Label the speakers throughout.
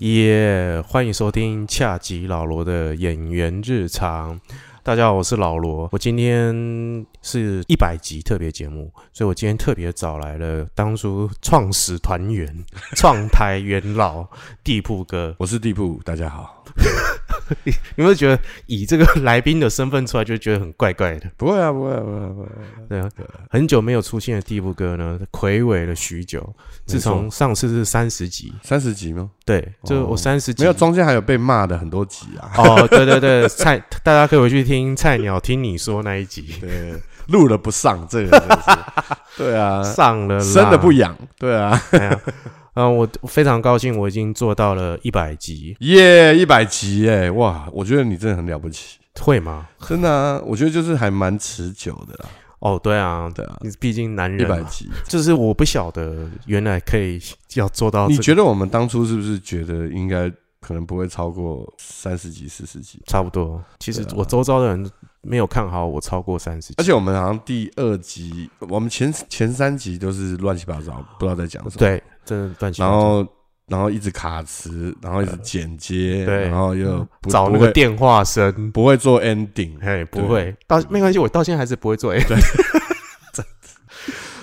Speaker 1: 耶欢迎收听恰吉老罗的演员日常。大家好，我是老罗。我今天是一百集特别节目，所以我今天特别找来了当初创始团员、 创台元老地铺哥。
Speaker 2: 我是地铺，大家好。
Speaker 1: 有没有觉得以这个来宾的身份出来，就觉得很怪怪的？
Speaker 2: 不会啊，不会、啊，不会、啊，不会、啊。
Speaker 1: 对啊，很久没有出现的地步哥呢，暌违了许久。自从上次是三十集，
Speaker 2: 三十集吗？
Speaker 1: 对，就是我
Speaker 2: 哦
Speaker 1: 三十集、
Speaker 2: 没有，中间还有被骂的很多集 啊。
Speaker 1: 哦，对对对，菜大家可以回去听菜鸟听你说那一集
Speaker 2: 对，录了不上，这个真的是 对啊，
Speaker 1: 上了啦，
Speaker 2: 生的不痒，对啊，
Speaker 1: 哎呀嗯，我我非常高兴，我已经做到了一百集，
Speaker 2: 耶，一百集耶，哇，我觉得你真的很了不起，
Speaker 1: 会吗？
Speaker 2: 真的啊，我觉得就是还蛮持久的啦，
Speaker 1: 哦，对啊，
Speaker 2: 对啊，
Speaker 1: 你毕竟男
Speaker 2: 一
Speaker 1: 人
Speaker 2: 百
Speaker 1: 嘛，
Speaker 2: 集。
Speaker 1: 就是我不晓得原来可以要做到、这
Speaker 2: 哦你
Speaker 1: 个
Speaker 2: 觉得我们当初是不是觉得应该可能不会超过三十集、四十集？
Speaker 1: 差不多。其实
Speaker 2: 对啊
Speaker 1: 我周遭的人没有看好我超过三十
Speaker 2: 而
Speaker 1: 集。
Speaker 2: 且我们好像第二集，我们前前三集都是乱七八糟，不知道在讲什么。
Speaker 1: 对，真的断气。
Speaker 2: 然后然后一直卡词，然后一直剪接，
Speaker 1: 呃对嗯
Speaker 2: 然后又不
Speaker 1: 找那
Speaker 2: 不
Speaker 1: 个
Speaker 2: 会
Speaker 1: 电话声，
Speaker 2: 不会做 ending，
Speaker 1: 哎，不
Speaker 2: 对
Speaker 1: 会，到没关系，我到现在还是不会做。哎，对，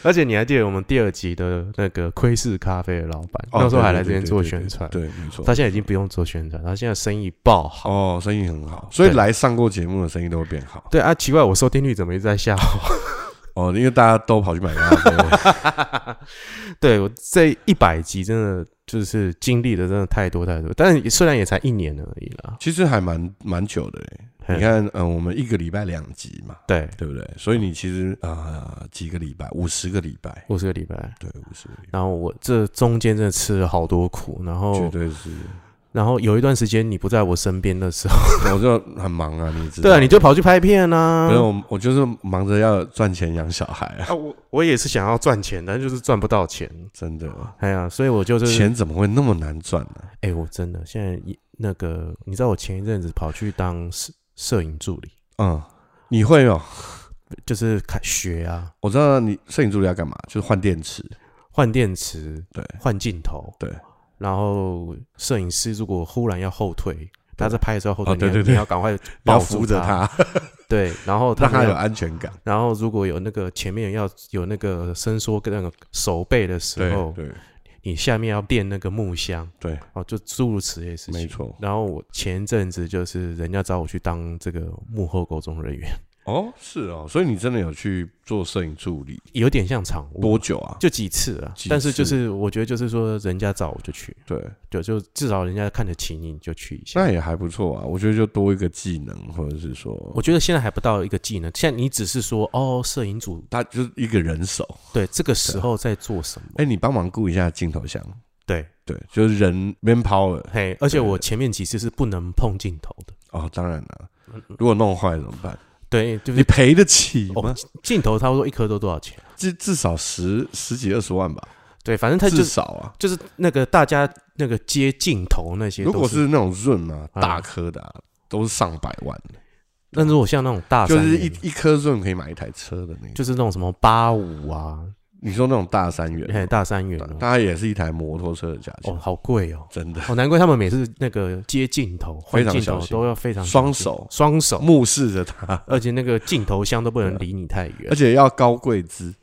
Speaker 1: 而且你还记得我们第二集的那个窥视咖啡的老板，
Speaker 2: 哦
Speaker 1: 那时候还
Speaker 2: 对
Speaker 1: 来这边
Speaker 2: 对对
Speaker 1: 做
Speaker 2: 对
Speaker 1: 宣传，
Speaker 2: 对，没错
Speaker 1: 他。现在已经不用做宣传，他现在生意爆好。
Speaker 2: 哦，生意很好，所以
Speaker 1: 对
Speaker 2: 来上过节目的生意都会变好
Speaker 1: 对啊，奇怪，我收听率怎么一直在下滑？
Speaker 2: 哦，因为大家都跑去买咖啡。
Speaker 1: 对我这一百集真的就是经历的真的太多太多，但是虽然也才一年而已啦。
Speaker 2: 其实还蛮蛮久的耶，
Speaker 1: 嘿
Speaker 2: 你看，嗯，我们一个礼拜两集嘛，
Speaker 1: 对，
Speaker 2: 对不对？所以你其实啊几个礼拜，五十个礼拜，
Speaker 1: 五十个礼拜，
Speaker 2: 对，五十个礼
Speaker 1: 然后我这中间真的吃了好多苦，然
Speaker 2: 拜，绝
Speaker 1: 后
Speaker 2: 对是。
Speaker 1: 然后有一段时间你不在我身边的时候，
Speaker 2: 我就很忙啊，你知道？
Speaker 1: 对啊，你就跑去拍片啊。
Speaker 2: 没有，我我就是忙着要赚钱养小孩啊，
Speaker 1: 啊，我我也是想要赚钱，但就是赚不到钱。
Speaker 2: 真的。
Speaker 1: 哎呀，所以我就是，
Speaker 2: 钱怎么会那么难赚呢、
Speaker 1: 哎、我真的现在一那个，你知道我前一阵子跑去当摄摄影助理，
Speaker 2: 嗯，你会哦，
Speaker 1: 就是开学啊，
Speaker 2: 我知道你摄影助理要干嘛，就是换电池。
Speaker 1: 换电池，
Speaker 2: 对
Speaker 1: 换镜头，
Speaker 2: 对。
Speaker 1: 然后摄影师如果忽然要后退，他在拍的时候后退，
Speaker 2: 哦对
Speaker 1: 你
Speaker 2: 对
Speaker 1: 要
Speaker 2: 对
Speaker 1: 你要赶快
Speaker 2: 要
Speaker 1: 保
Speaker 2: 扶
Speaker 1: 护
Speaker 2: 着
Speaker 1: 他，
Speaker 2: 他，
Speaker 1: 对。然后 他
Speaker 2: 让他
Speaker 1: 们
Speaker 2: 有
Speaker 1: 要，
Speaker 2: 安全感。
Speaker 1: 然后如果有那个前面要有那个伸缩跟那个手背的时
Speaker 2: 对
Speaker 1: 候，
Speaker 2: 哦对
Speaker 1: 你下面要垫那个木箱，
Speaker 2: 对，
Speaker 1: 哦，就诸如此类的事情
Speaker 2: 没。错。
Speaker 1: 然后我前一阵子就是人家找我去当这个幕后沟通人员，
Speaker 2: 哦，是哦，所以你真的有去做摄影助理
Speaker 1: 有点像场务，
Speaker 2: 多久啊？
Speaker 1: 就几次啊。
Speaker 2: 几次
Speaker 1: 但是就是我觉得就是说人家找我就去，
Speaker 2: 对，
Speaker 1: 就就至少人家看得起你，你就去一下。
Speaker 2: 那也还不错啊。我觉得就多一个技能，或者是说
Speaker 1: 我，觉得现在还不到一个技能，现在你只是说哦，摄影组
Speaker 2: 他就是一个人手。
Speaker 1: 对这个时候在做什么？
Speaker 2: 哎，你帮忙顾一下镜头箱。
Speaker 1: 对，
Speaker 2: 对，就是人 manpower
Speaker 1: 嘿，而且
Speaker 2: 对
Speaker 1: 我前面几次是不能碰镜头的，
Speaker 2: 哦，当然了，
Speaker 1: 嗯
Speaker 2: 如果弄坏怎么办？
Speaker 1: 对，就
Speaker 2: 你
Speaker 1: 是
Speaker 2: 赔得起吗
Speaker 1: 哦？镜头差不多一颗都多少钱？啊
Speaker 2: 至至少十十几二十万吧，
Speaker 1: 对，反正他就
Speaker 2: 至
Speaker 1: 是
Speaker 2: 少啊。
Speaker 1: 就是那个大家那个接镜头那些都，
Speaker 2: 如果是那种润啊，
Speaker 1: 啊
Speaker 2: 大颗的、啊，都是上百万的，
Speaker 1: 但如果像那种大
Speaker 2: 就
Speaker 1: 三
Speaker 2: 是
Speaker 1: 元
Speaker 2: 一一颗润可以买一台车的那种。
Speaker 1: 就是那种什么八五啊，
Speaker 2: 你说那种大三元
Speaker 1: 哎，
Speaker 2: 哦，
Speaker 1: 大三元
Speaker 2: 大
Speaker 1: 哦，
Speaker 2: 大概也是一台摩托车的价
Speaker 1: 哦，
Speaker 2: 钱，
Speaker 1: 好贵哦，
Speaker 2: 真的。
Speaker 1: 哦，难怪他们每次那个接镜头、换
Speaker 2: 非常
Speaker 1: 镜
Speaker 2: 小
Speaker 1: 头
Speaker 2: 心
Speaker 1: 都要非常小
Speaker 2: 双
Speaker 1: 心
Speaker 2: 手
Speaker 1: 双手，
Speaker 2: 目视着它，
Speaker 1: 而且那个镜头箱都不能离你太远
Speaker 2: 而。且要高贵姿，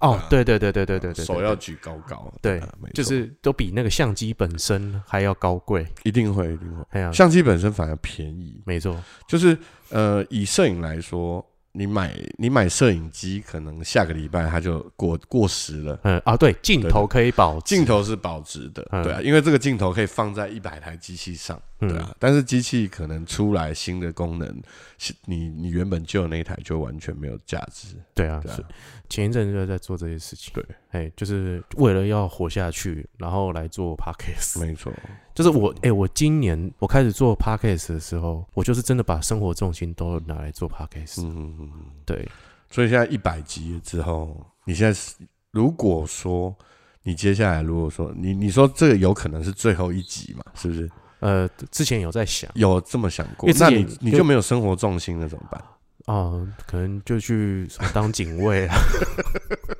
Speaker 1: 哦，对对对对对对对，
Speaker 2: 手
Speaker 1: 对
Speaker 2: 要
Speaker 1: 对
Speaker 2: 举高高。
Speaker 1: 对
Speaker 2: 啊没错
Speaker 1: 就是都比那个相机本身还要高贵。
Speaker 2: 一定会，一定会。
Speaker 1: 哎呀，
Speaker 2: 相机本身反而便宜，
Speaker 1: 没错，
Speaker 2: 就是呃，以摄影来说，你买你买摄影机，可能下个礼拜它就过过时了。
Speaker 1: 嗯啊，对，镜头可以保值
Speaker 2: 镜，头是保值的，
Speaker 1: 嗯
Speaker 2: 对啊，因为这个镜头可以放在一百台机器上，
Speaker 1: 嗯
Speaker 2: 对啊，但是机器可能出来新的功能，是你你原本旧的那一台就完全没有价值，
Speaker 1: 对啊，
Speaker 2: 对啊
Speaker 1: 是前一阵子就在做这些事情。
Speaker 2: 对，
Speaker 1: 哎，就是为了要活下去，然后来做 podcast。
Speaker 2: 没错，
Speaker 1: 就是我，哎、我今年我开始做 podcast 的时候，我就是真的把生活重心都拿来做 podcast、
Speaker 2: 嗯，嗯
Speaker 1: 对，
Speaker 2: 所以现在一百集之后，你现在是如果说你接下来如果说你你说这个有可能是最后一集嘛，是不是？
Speaker 1: 呃，之前有在想，
Speaker 2: 有这么想过
Speaker 1: 因为？之
Speaker 2: 那
Speaker 1: 前
Speaker 2: 你你就
Speaker 1: 就
Speaker 2: 没有生活重心了，怎么办？
Speaker 1: 哦、可能就去什么当警卫啊，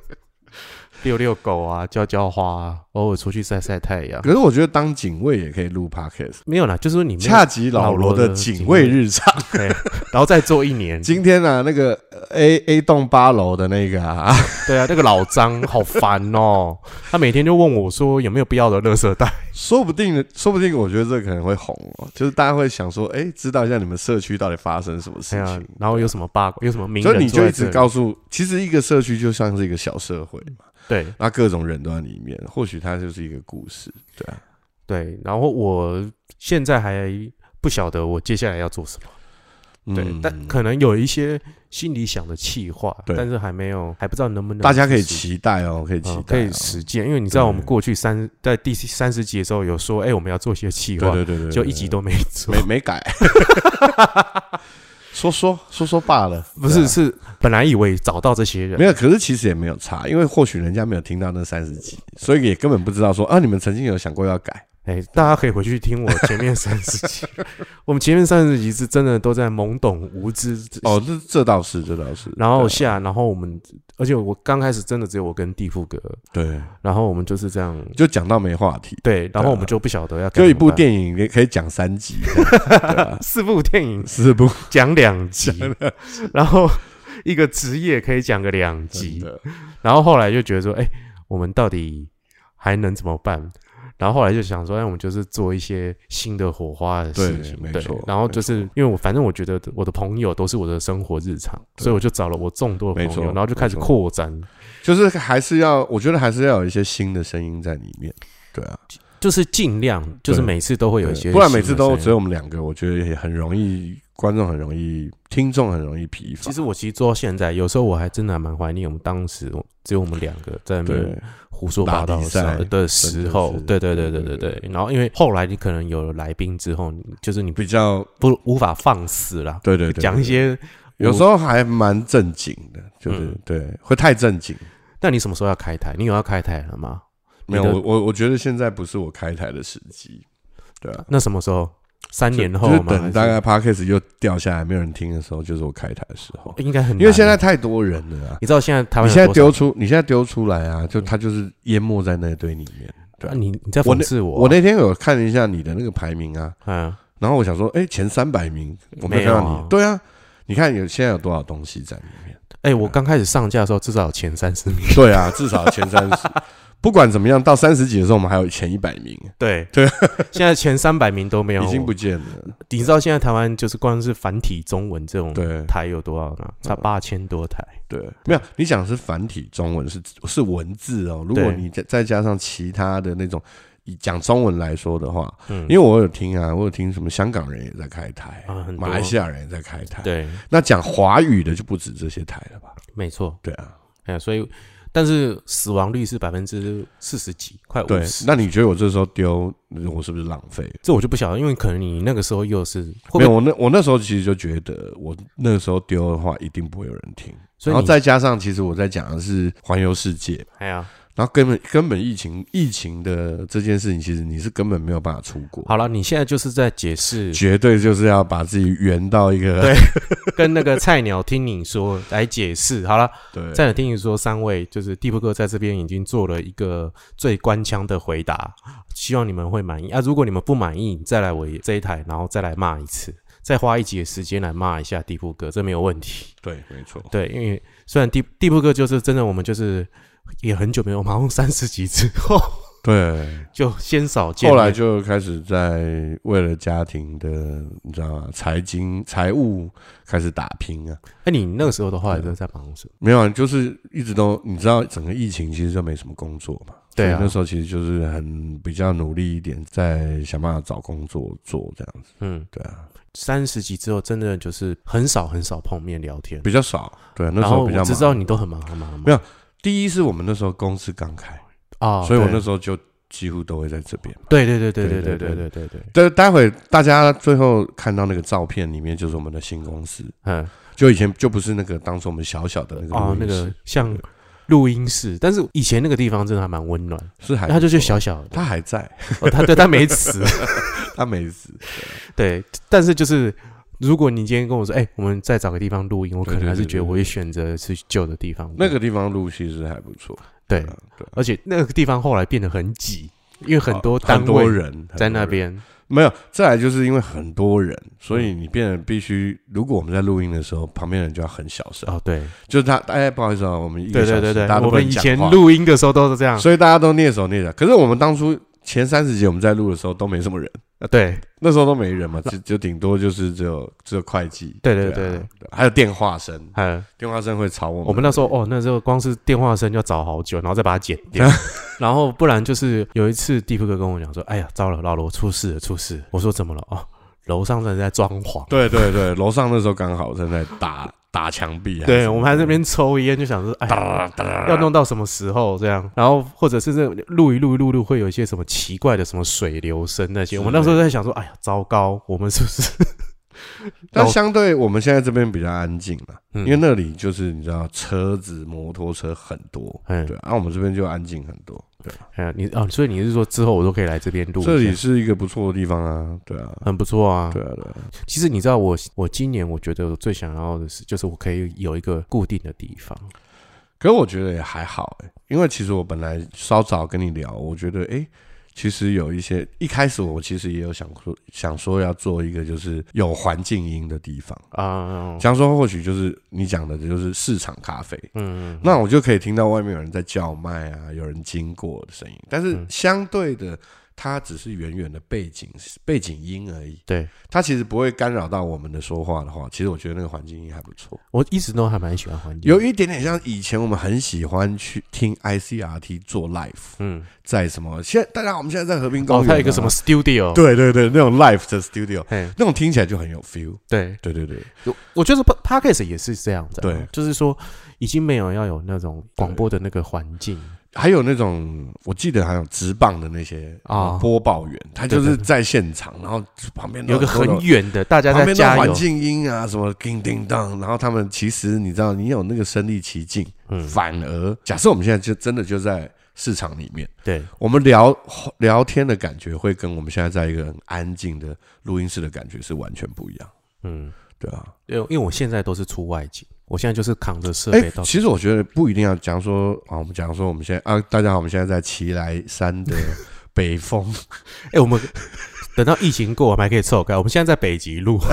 Speaker 1: 遛遛狗啊，浇浇花、啊，偶尔出去晒晒太阳
Speaker 2: 可。是我觉得当警卫也可以录 podcast，
Speaker 1: 没有啦，就是说你没有
Speaker 2: 恰吉老罗的警卫日常。
Speaker 1: 对，然后再做一 年。
Speaker 2: 今天呢、啊，那个呃 A A 栋八楼的那个啊，
Speaker 1: 对啊，那个老张好烦哦，他每天就问我说有没有必要的垃圾 袋。
Speaker 2: 说不定，说不定我觉得这个可能会红哦，就是大家会想说，哎、知道一下你们社区到底发生什么事
Speaker 1: 哎呀
Speaker 2: 情，，
Speaker 1: 然后有什么 bug，有什么名
Speaker 2: 所
Speaker 1: 人
Speaker 2: 以你就一直
Speaker 1: 坐在这里
Speaker 2: 告诉，其实一个社区就像是一个小社会嘛，
Speaker 1: 对
Speaker 2: 那各种人都在里面，或许它就是一个故事，对啊。
Speaker 1: 对，然后我现在还不晓得我接下来要做什么。对，
Speaker 2: 嗯
Speaker 1: 但可能有一些心里想的气话，
Speaker 2: 对
Speaker 1: 但是还没有，还不知道能不能
Speaker 2: 大家可以
Speaker 1: 实
Speaker 2: 期待哦，可以期待、
Speaker 1: 呃
Speaker 2: 哦
Speaker 1: 可以实践，因为你知道
Speaker 2: 对
Speaker 1: 我们过去三在第三十集的时候有说，哎、我们要做些企
Speaker 2: 对
Speaker 1: 划，
Speaker 2: 对对对对，
Speaker 1: 就
Speaker 2: 对
Speaker 1: 一集都没做
Speaker 2: 没，没改， 说说说说罢了，
Speaker 1: 不
Speaker 2: 对
Speaker 1: 是
Speaker 2: 啊
Speaker 1: 是本来以为找到这些人
Speaker 2: 没，有，可是其实也没有差，因为或许人家没有听到那三十集，所以也根本不知道说啊，你们曾经有想过要改，
Speaker 1: 哎、大家可以回去听我前面三十集， 我们前面三十集是真的都在懵懂无知之，
Speaker 2: 哦，啊这这倒是，这倒是，
Speaker 1: 然后下，然后我们，而且我刚开始真的只有我跟地富哥，
Speaker 2: 对，
Speaker 1: 然后我们就是这样，
Speaker 2: 就讲到没话题，
Speaker 1: 对，然后我们就不晓得要
Speaker 2: 啊就一部
Speaker 1: 影，
Speaker 2: 电影也可以讲三集，
Speaker 1: 四部电影
Speaker 2: 四部
Speaker 1: 讲两集，然后一个职业可以讲个两集，
Speaker 2: 的，
Speaker 1: 然后后来就觉得说，哎、我们到底还能怎么办？然后后来就想说，哎，我们就是做一些新的火花的事情，
Speaker 2: 对没
Speaker 1: 对
Speaker 2: 错
Speaker 1: 然后就是因为我反正我觉得我的朋友都是我的生活日常，
Speaker 2: 对
Speaker 1: 所以我就找了我众多的
Speaker 2: 没
Speaker 1: 朋
Speaker 2: 错
Speaker 1: 友，然后就开始
Speaker 2: 没错
Speaker 1: 扩展，
Speaker 2: 就是还是要，我觉得还是要有一些新的声音在里面，对啊，
Speaker 1: 就是尽量就是
Speaker 2: 对
Speaker 1: 每次都会有一些新的声音，
Speaker 2: 不然每次都只有我们两个，我觉得也很容易，观众很容易，听众很容易疲乏
Speaker 1: 其，实我其实做到现在，有时候我还真的还蛮怀念我们当时只有我们两个在那边
Speaker 2: 对。
Speaker 1: 胡说八道的时
Speaker 2: 打比
Speaker 1: 候
Speaker 2: 赛
Speaker 1: 的时候，
Speaker 2: 真
Speaker 1: 对
Speaker 2: 的是
Speaker 1: 对对对
Speaker 2: 对
Speaker 1: 对
Speaker 2: 对对
Speaker 1: 对。然后因为后来你可能有了来宾之后，你就是你不
Speaker 2: 比较
Speaker 1: 不无法放肆啦，
Speaker 2: 对对对，
Speaker 1: 讲一些。
Speaker 2: 有时候还蛮正经的，就是、
Speaker 1: 嗯
Speaker 2: 对，会太正经。
Speaker 1: 那你什么时候要开台？你有要开台了吗？
Speaker 2: 没有，
Speaker 1: 你的
Speaker 2: 我我我觉得现在不是我开台的时机，对啊，
Speaker 1: 那什么时候？三年后
Speaker 2: 就是
Speaker 1: 吗？还
Speaker 2: 等
Speaker 1: 是
Speaker 2: 大概 podcast 又掉下来，没有人听的时候，就是我开台的时候，
Speaker 1: 应该很难，
Speaker 2: 因为现在太多人了啊。
Speaker 1: 你知道现在台湾
Speaker 2: 你
Speaker 1: 有
Speaker 2: 现在
Speaker 1: 多
Speaker 2: 丢出，你现在丢出来啊，就它就是淹没在那堆里面。
Speaker 1: 少
Speaker 2: 对
Speaker 1: 啊
Speaker 2: 啊
Speaker 1: 你你在
Speaker 2: 我
Speaker 1: 讽
Speaker 2: 那
Speaker 1: 刺我啊
Speaker 2: 我那天有看一下你的那个排名啊，
Speaker 1: 嗯
Speaker 2: 然后我想说，哎，前三百名我没
Speaker 1: 没
Speaker 2: 有
Speaker 1: 有
Speaker 2: 看到
Speaker 1: 啊
Speaker 2: 你，对啊，你看有现在有多少东西在里面。
Speaker 1: 哎，我刚开始上架的时候至少有前三十名，
Speaker 2: 对啊，至少前三十。 不管怎么样，到三十几的时候，我们还有前一百名，
Speaker 1: 对
Speaker 2: 对，
Speaker 1: 现在前三百名都没有，
Speaker 2: 已经不见了。
Speaker 1: 你知道现在台湾就是光是繁体中文这种
Speaker 2: 对嗯
Speaker 1: 台有多少呢？差八千多台。
Speaker 2: 对，没有，你讲的是繁体中文是是文字哦。如果
Speaker 1: 对
Speaker 2: 你再再加上其他的那种以讲中文来说的话，
Speaker 1: 嗯
Speaker 2: 因为我有听啊，我有听什么香港人也在开台，
Speaker 1: 啊很多
Speaker 2: 马来西亚人也在开台。，
Speaker 1: 对，
Speaker 2: 那讲华语的就不止这些台了吧？
Speaker 1: 没错。
Speaker 2: 对啊，
Speaker 1: 哎呀，所以但是死亡率是百分之四十几，快五
Speaker 2: 对。
Speaker 1: 十。
Speaker 2: 那你觉得我这时候丢，我是不是浪费？
Speaker 1: 这我就不晓得，因为可能你那个时候又是会不
Speaker 2: 没
Speaker 1: 会
Speaker 2: 有，我那我那时候其实就觉得，我那时候丢的话，一定不会有人听。
Speaker 1: 所以
Speaker 2: 然后
Speaker 1: 你
Speaker 2: 再加上，其实我在讲的是环游世界，
Speaker 1: 哎呀，
Speaker 2: 然后根本根本疫情疫情的这件事情，其实你是根本没有办法出国，
Speaker 1: 好了，你现在就是在解释，
Speaker 2: 绝对就是要把自己圆到一个
Speaker 1: 对跟那个菜鸟听你说来解释。好了，
Speaker 2: 对
Speaker 1: 菜鸟听你说，三位就是地铺哥在这边已经做了一个最官腔的回答，希望你们会满意啊。如果你们不满意，你再来我这一台，然后再来骂一次，再花一集的时间来骂一下地铺哥，这没有问题。
Speaker 2: 对，没错，
Speaker 1: 对，因为虽然地地铺哥就是真的，我们就是也很久没有，马上三十集之后
Speaker 2: 对。
Speaker 1: 就先少见
Speaker 2: 后
Speaker 1: 面。
Speaker 2: 来就开始在为了家庭的，你知道吗？财经财务开始打拼啊，
Speaker 1: 哎、你那个时候的话，就是在忙什么？
Speaker 2: 没有，啊，就是一直都你知道，整个疫情其实就没什么工作嘛。
Speaker 1: 对啊
Speaker 2: 所以那时候其实就是很比较努力一点，在想办法找工作做这样子。
Speaker 1: 嗯，
Speaker 2: 对啊，
Speaker 1: 三十集之后，真的就是很少很少碰面聊天。
Speaker 2: 比较少。对、啊，那
Speaker 1: 然
Speaker 2: 时
Speaker 1: 后
Speaker 2: 候比较
Speaker 1: 我
Speaker 2: 忙
Speaker 1: 知道你都很忙很忙很忙
Speaker 2: 没有第一是我们那时候公司刚开，
Speaker 1: 啊，
Speaker 2: 所以我
Speaker 1: 对
Speaker 2: 那时候就几乎都会在这边嘛。
Speaker 1: 对对对对对对
Speaker 2: 对对
Speaker 1: 对对对对，
Speaker 2: 但待会大家最后看到那个照片里面，就是我们的新公司，
Speaker 1: 嗯，
Speaker 2: 就以前就不是那个当初我们小小的那个
Speaker 1: 哦，
Speaker 2: 录
Speaker 1: 那
Speaker 2: 音室
Speaker 1: 个像录音室，但是以前那个地方真的还蛮温暖，
Speaker 2: 是还
Speaker 1: 它就是
Speaker 2: 不错
Speaker 1: 小小 的，
Speaker 2: 他还在，
Speaker 1: 哦它对它没词，
Speaker 2: 他没死。
Speaker 1: 对，但是就是。如果你今天跟我说，哎、我们再找个地方录音，我可
Speaker 2: 对
Speaker 1: 能
Speaker 2: 对
Speaker 1: 还是
Speaker 2: 对
Speaker 1: 觉得
Speaker 2: 对
Speaker 1: 我会选择是旧的地方。
Speaker 2: 那个地方录其实还不错，
Speaker 1: 对
Speaker 2: 啊对啊，
Speaker 1: 而且那个地方后来变得很挤，因为很多单
Speaker 2: 很多
Speaker 1: 位
Speaker 2: 人
Speaker 1: 在那。
Speaker 2: 很多人
Speaker 1: 边。
Speaker 2: 没有，再来就是因为很多人，所以你变得必须。如果我们在录音的时候，旁边人就要很小声，
Speaker 1: 哦，对，
Speaker 2: 就是他哎，不好意思啊，我们一个
Speaker 1: 对
Speaker 2: 小
Speaker 1: 对对
Speaker 2: 时
Speaker 1: 对
Speaker 2: 大家，都
Speaker 1: 我
Speaker 2: 不能
Speaker 1: 们以
Speaker 2: 讲
Speaker 1: 前
Speaker 2: 话，
Speaker 1: 录音的时候都是这样。
Speaker 2: 所以大家都蹑手蹑脚。可是我们当初前三十集我们在录的时候都没什么人，
Speaker 1: 呃对
Speaker 2: 那时候都没人嘛，就就顶多就是只有只有会计，
Speaker 1: 对对
Speaker 2: 啊
Speaker 1: 对对，
Speaker 2: 还有电话声，
Speaker 1: 呃，
Speaker 2: 电话声会吵我们。
Speaker 1: 我们那时候哦，那时候光是电话声就要找好久，然后再把它剪 掉，然后不然就是有一次地库哥跟我讲说，哎呀，糟了，老罗出事了，出事了！我说怎么了？哦，楼上的人在装潢。
Speaker 2: 对对对，楼上那时候刚好正在打打墙壁还是什么，
Speaker 1: 对，我们还在那边抽烟，就想说，哎呀，
Speaker 2: 哒哒哒
Speaker 1: 要弄到什么时候这样？然后或者是这录一录一录一录，会有一些什么奇怪的什么水流声那些。
Speaker 2: 是
Speaker 1: 我们那时候在想说，哎呀，糟糕，我们是不是？
Speaker 2: 但相对我们现在这边比较安静了，
Speaker 1: 因
Speaker 2: 嗯因为那里就是你知道车子、摩托车很多，
Speaker 1: 嗯
Speaker 2: 对，啊，我们这边就安静很多。啊
Speaker 1: 哎呀，你哦，所以你是说之后我都可以来这边录一下？
Speaker 2: 这里是一个不错的地方啊，对啊，
Speaker 1: 很不错啊。
Speaker 2: 对啊，对啊，
Speaker 1: 其实你知道我，我今年我觉得我最想要的是，就是我可以有一个固定的地方。
Speaker 2: 可是我觉得也还好、欸，因为其实我本来稍早跟你聊，我觉得哎、诶其实有一些一开始我其实也有想说，想说要做一个就是有环境音的地方，
Speaker 1: 啊，
Speaker 2: 想说或许就是你讲的，就是市场咖啡，
Speaker 1: 嗯，
Speaker 2: 那我就可以听到外面有人在叫卖啊，有人经过的声音，但
Speaker 1: 嗯
Speaker 2: 是相对的。它只是远远的背景背景音而已，
Speaker 1: 对
Speaker 2: 它其实不会干扰到我们的说话的话。其实我觉得那个环境音还不错。
Speaker 1: 我一直都还蛮喜欢环境。
Speaker 2: 有一点点像以前我们很喜欢去听 ICRT 做 live，
Speaker 1: 嗯，
Speaker 2: 在什么？现在大家我们现在在和平公
Speaker 1: 哦，
Speaker 2: 园、啊
Speaker 1: 它有一个什么？studio，
Speaker 2: 对对对，那种 live 的 studio，
Speaker 1: 嘿，
Speaker 2: 那种听起来就很有 feel。
Speaker 1: 对，
Speaker 2: 对对对，
Speaker 1: 我我觉得 p o d c a s t 也是这样子啊，
Speaker 2: 对
Speaker 1: 就是说已经没有要有那种广播的那个环境，
Speaker 2: 还有那种我记得还有直棒的那些呃
Speaker 1: 啊
Speaker 2: 播报员，他就
Speaker 1: 对
Speaker 2: 是
Speaker 1: 对对
Speaker 2: 在现场，然后旁边都
Speaker 1: 有一个
Speaker 2: 很
Speaker 1: 很
Speaker 2: 多的。
Speaker 1: 远的，大家
Speaker 2: 旁
Speaker 1: 在
Speaker 2: 边的
Speaker 1: 加
Speaker 2: 环
Speaker 1: 油，
Speaker 2: 境音啊，什么叮叮当，然后他们其实你知道，你有那个身临其境，
Speaker 1: 嗯，
Speaker 2: 反而假设我们现在就真的就在市场里面，
Speaker 1: 对，
Speaker 2: 我们聊聊天的感觉会跟我们现在在一个很安静的录音室的感觉是完全不一样，
Speaker 1: 嗯，
Speaker 2: 对啊。
Speaker 1: 对，因为我现在都是出外景，我现在就是扛着设
Speaker 2: 哎、
Speaker 1: 备到，
Speaker 2: 其实我觉得不一定要讲说啊，我们讲说我们现在啊，大家好，我们现在在奇来山的北峰，
Speaker 1: 哎，我们等到疫情过，我们还可以凑开，我们现在在北极 路，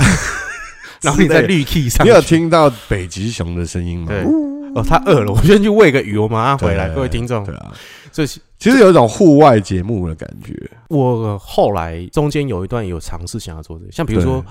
Speaker 1: 然后你在绿 key 上
Speaker 2: 你
Speaker 1: 去，
Speaker 2: 有听到北极熊的声音吗？
Speaker 1: 对。哦，他饿了，我先去喂个鱼，我马上回来。
Speaker 2: 对
Speaker 1: 各位听众
Speaker 2: 对，啊，
Speaker 1: 这
Speaker 2: 其实有一种户外节目的感觉，
Speaker 1: 我后来中间有一段有尝试想要做这个，像比如说
Speaker 2: 对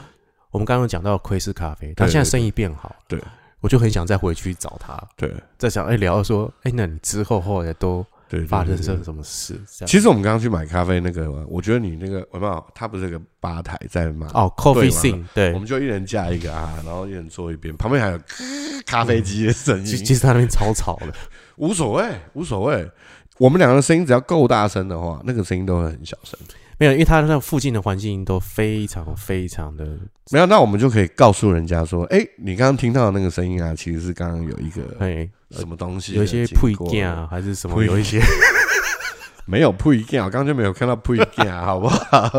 Speaker 1: 我们刚刚有讲到窥视咖啡，他
Speaker 2: 对
Speaker 1: 现在生意变好，
Speaker 2: 对对
Speaker 1: 我就很想再回去找他，
Speaker 2: 对
Speaker 1: 再想哎聊说，哎，那你之后后来都
Speaker 2: 对，对
Speaker 1: 发生
Speaker 2: 对
Speaker 1: 什什么事？这样
Speaker 2: 嗯其实我们刚刚去买咖啡那个，我觉得你那个有没有？它不是有个吧台在吗？
Speaker 1: 哦，coffee
Speaker 2: 对嘛
Speaker 1: scene，对
Speaker 2: 我，们就一人架一个啊，然后一人坐一边，旁边还有咔咖啡机的声
Speaker 1: 其
Speaker 2: 音，
Speaker 1: 其实他那边超吵的，
Speaker 2: 无所谓，无所谓。我们两个的声音只要够大声的话，那个声音都会很小声。
Speaker 1: 没有，因为他那附近的环境都非常非常的，
Speaker 2: 没有，那我们就可以告诉人家说，哎、你刚刚听到的那个声音啊，其实是刚刚有一个
Speaker 1: 哎，
Speaker 2: 什么东西的
Speaker 1: 有一些
Speaker 2: 经
Speaker 1: 配
Speaker 2: 过
Speaker 1: 件啊，还是什么，
Speaker 2: 配
Speaker 1: 有一些
Speaker 2: 没有不一样，我刚刚就没有看到不一样，好 不好？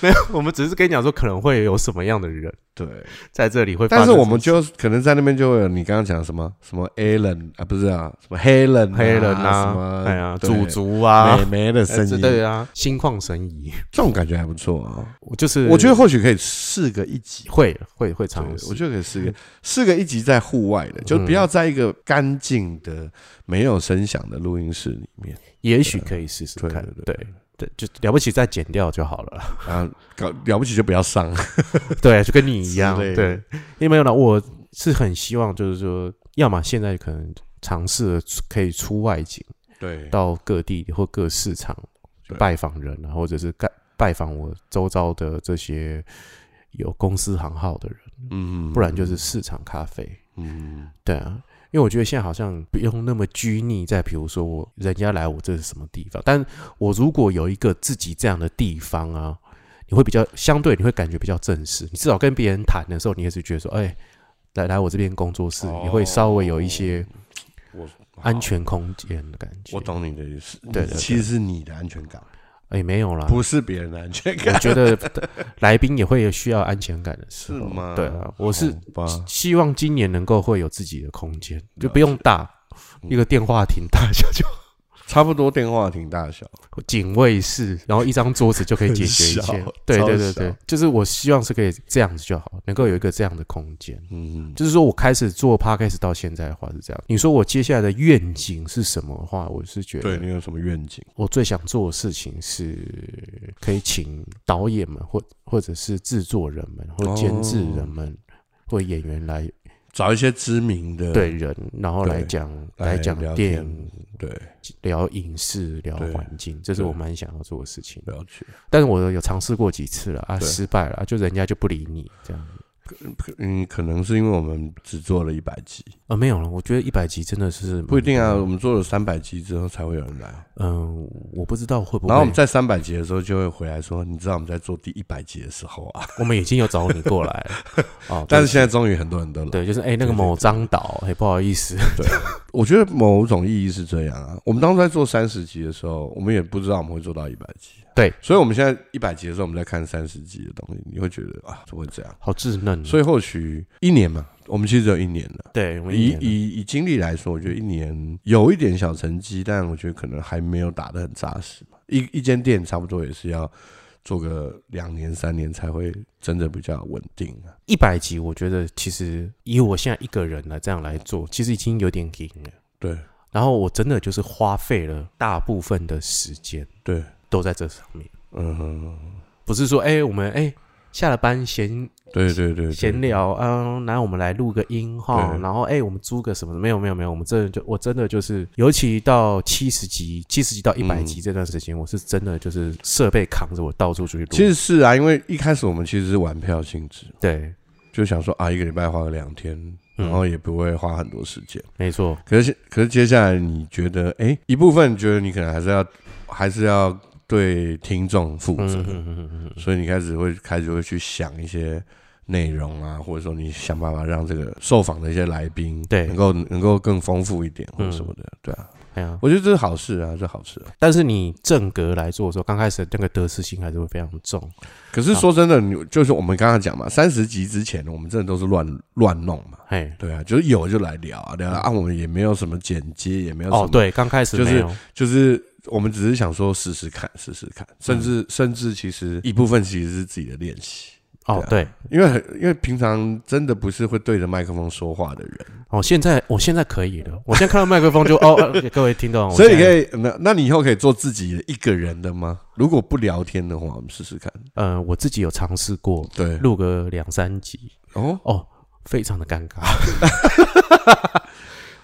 Speaker 1: 没有， 我们只是跟你讲说可能会有什么样的人
Speaker 2: 对，
Speaker 1: 在这里会发
Speaker 2: 但
Speaker 1: 生
Speaker 2: 是
Speaker 1: 什么事，
Speaker 2: 我们就可能在那边就会有你刚刚讲什么什么 Alan 啊，不是啊，什么 Helen
Speaker 1: 黑人
Speaker 2: 啊，什
Speaker 1: 啊
Speaker 2: 么，
Speaker 1: 哎呀，
Speaker 2: 对
Speaker 1: 祖族啊，
Speaker 2: 美眉的声
Speaker 1: 哎这
Speaker 2: 音，
Speaker 1: 对啊，心旷神怡，
Speaker 2: 这种感觉还不错啊。
Speaker 1: 我就是
Speaker 2: 我觉得或许可以试个一集，
Speaker 1: 会会会
Speaker 2: 对
Speaker 1: 尝试嗯
Speaker 2: 我，觉得可以试个试个一集在户外的，就不要在一个干净的、没有声响的录音室里面
Speaker 1: 也许可以试试
Speaker 2: 对
Speaker 1: 看，
Speaker 2: 对
Speaker 1: 对对，就了不起再剪掉就好了，
Speaker 2: 啊，搞了不起就不要上，
Speaker 1: 对，就跟你一样，
Speaker 2: 之类的
Speaker 1: 对，因为没有了，我是很希望就是说，要么现在可能尝试了可以出外景，
Speaker 2: 对
Speaker 1: 到各地或各市场去
Speaker 2: 对
Speaker 1: 拜访人啊，或者是拜拜访我周遭的这些有公司行号的人，
Speaker 2: 嗯
Speaker 1: 不然就是市场咖啡。
Speaker 2: 嗯，
Speaker 1: 对啊，因为我觉得现在好像不用那么拘泥在，比如说我人家来我这是什么地方，但我如果有一个自己这样的地方啊，你会比较相对你会感觉比较正式，你至少跟别人谈的时候，你也是觉得说，哎、来来我这边工作室，
Speaker 2: 哦
Speaker 1: 你会稍微有一些
Speaker 2: 我
Speaker 1: 安，全空间的感觉。
Speaker 2: 我懂你的意思，
Speaker 1: 对对对
Speaker 2: 其实是你的安全感，
Speaker 1: 哎、没有啦，
Speaker 2: 不是别人的安全感
Speaker 1: 我，觉得来宾也会有需要安全感的时
Speaker 2: 是
Speaker 1: 候。
Speaker 2: 吗？
Speaker 1: 对啊，我是
Speaker 2: 好吧，
Speaker 1: 希望今年能够会有自己的空间，就
Speaker 2: 了
Speaker 1: 不用大，
Speaker 2: 嗯
Speaker 1: 一个电话亭大小就好。
Speaker 2: 差不多电话亭大小，
Speaker 1: 警卫室，然后一张桌子就可以解决一切
Speaker 2: 很小。
Speaker 1: 对
Speaker 2: 超
Speaker 1: 对对对
Speaker 2: 小，
Speaker 1: 就是我希望是可以这样子就好，能够有一个这样的空间。
Speaker 2: 嗯，
Speaker 1: 就是说我开始做 podcast 到现在的话是这样。你说我接下来的愿景是什么的话，我是觉
Speaker 2: 对
Speaker 1: 得
Speaker 2: 你有什么愿景？
Speaker 1: 我最想做的事情是可以请导演们或或者是制作人们或监制
Speaker 2: 哦
Speaker 1: 人们。或演员来
Speaker 2: 找一些知名的，
Speaker 1: 对人，然后来
Speaker 2: 对
Speaker 1: 讲
Speaker 2: 来
Speaker 1: 来讲
Speaker 2: 聊
Speaker 1: 电
Speaker 2: 天
Speaker 1: 影、
Speaker 2: 对，
Speaker 1: 聊影视、聊
Speaker 2: 对
Speaker 1: 环境，这是
Speaker 2: 对
Speaker 1: 我蛮想要做的事情。
Speaker 2: 了解。
Speaker 1: 但是我有尝试过几次了啊，
Speaker 2: 对
Speaker 1: 失败了，啊就人家就不理你这样。
Speaker 2: 嗯，可能是因为我们只做了一百集，
Speaker 1: 啊，没有了，我觉得一百集真的是
Speaker 2: 不一定啊。
Speaker 1: 蛮
Speaker 2: 我们做了三百集之后才会有人来，
Speaker 1: 嗯，我不知道会不会。
Speaker 2: 然后我们在三百集的时候就会回来说，你知道我们在做第一百集的时候啊，
Speaker 1: 我们已经有找你过来了 哦，
Speaker 2: 但是
Speaker 1: 对
Speaker 2: 现在终于很多人都来。
Speaker 1: 对，就是哎、那个
Speaker 2: 对对
Speaker 1: 某
Speaker 2: 对
Speaker 1: 张导，哎、不好意思，
Speaker 2: 我觉得某种意义是这样啊。我们当初在做三十集的时候，我们也不知道我们会做到一百集，
Speaker 1: 对，
Speaker 2: 所以我们现在一百集的时候，我们在看三十集的东西，你会觉得啊，怎么会这样？
Speaker 1: 好稚嫩哦。
Speaker 2: 所以或许一年嘛，我们其实只有一年了。
Speaker 1: 对，我们一
Speaker 2: 以
Speaker 1: 年了
Speaker 2: 以以经历来说，我觉得一年有一点小成绩，但我觉得可能还没有打得很扎实嘛。一一间店差不多也是要做个两年三年才会真的比较稳定啊。
Speaker 1: 一百集，我觉得其实以我现在一个人来这样来做，其实已经有点赢了。
Speaker 2: 对
Speaker 1: 然后我真的就是花费了大部分的时间
Speaker 2: 对，
Speaker 1: 都在这上面，
Speaker 2: 嗯哼，
Speaker 1: 不是说哎、我们哎、下了班闲
Speaker 2: 对对对，对
Speaker 1: 闲聊，嗯，然后我们来录个音哈，
Speaker 2: 对
Speaker 1: 然后哎、我们租个什么的？没有没有没有，我们真的就我真的就是，尤其到七十集、七十集到一百
Speaker 2: 嗯
Speaker 1: 集这段时间，我是真的就是设备扛着我到处出去录。
Speaker 2: 其实是啊，因为一开始我们其实是玩票性质，
Speaker 1: 对，
Speaker 2: 就想说啊，一个礼拜花个两天，
Speaker 1: 嗯
Speaker 2: 然后也不会花很多时间。
Speaker 1: 没错，
Speaker 2: 可是可是接下来你觉得，哎、一部分觉得你可能还是要还是要对听众负责。
Speaker 1: 嗯嗯嗯嗯嗯嗯，
Speaker 2: 所以你开始会开始会去想一些内容啊，或者说你想办法让这个受访的一些来宾
Speaker 1: 对
Speaker 2: 能够能够更丰富一点或者
Speaker 1: 嗯
Speaker 2: 什么的，对啊，
Speaker 1: 哎呀，
Speaker 2: 我觉得这是好事啊，这好事、啊。
Speaker 1: 但是你正格来做的时候，刚开始那个得失心还是会非常重。
Speaker 2: 可是说真的，你就是我们刚刚讲嘛，三十集之前我们真的都是乱乱弄嘛，
Speaker 1: 嘿，
Speaker 2: 对啊，就是有就来聊啊，聊啊，啊我们也没有什么剪接，也没有什么，
Speaker 1: 嗯哦，，对，刚开始
Speaker 2: 就是
Speaker 1: 没有，
Speaker 2: 就是。我们只是想说试试看，试试
Speaker 1: 嗯
Speaker 2: 看，甚至、甚至其实一部分其实是自己的练习，啊
Speaker 1: 哦，对，
Speaker 2: 因为很因为平常真的不是会对着麦克风说话的人，
Speaker 1: 哦，现在我现在可以了， 我现在看到麦克风就哦，呃各位 听众，
Speaker 2: 所以你可
Speaker 1: 以，
Speaker 2: 以，那那你以后可以做自己的一个人的吗？如果不聊天的话，我们试试看。
Speaker 1: 呃，我自己有尝试过
Speaker 2: 对，
Speaker 1: 录个两三集，
Speaker 2: 哦，
Speaker 1: 哦，非常的尴尬。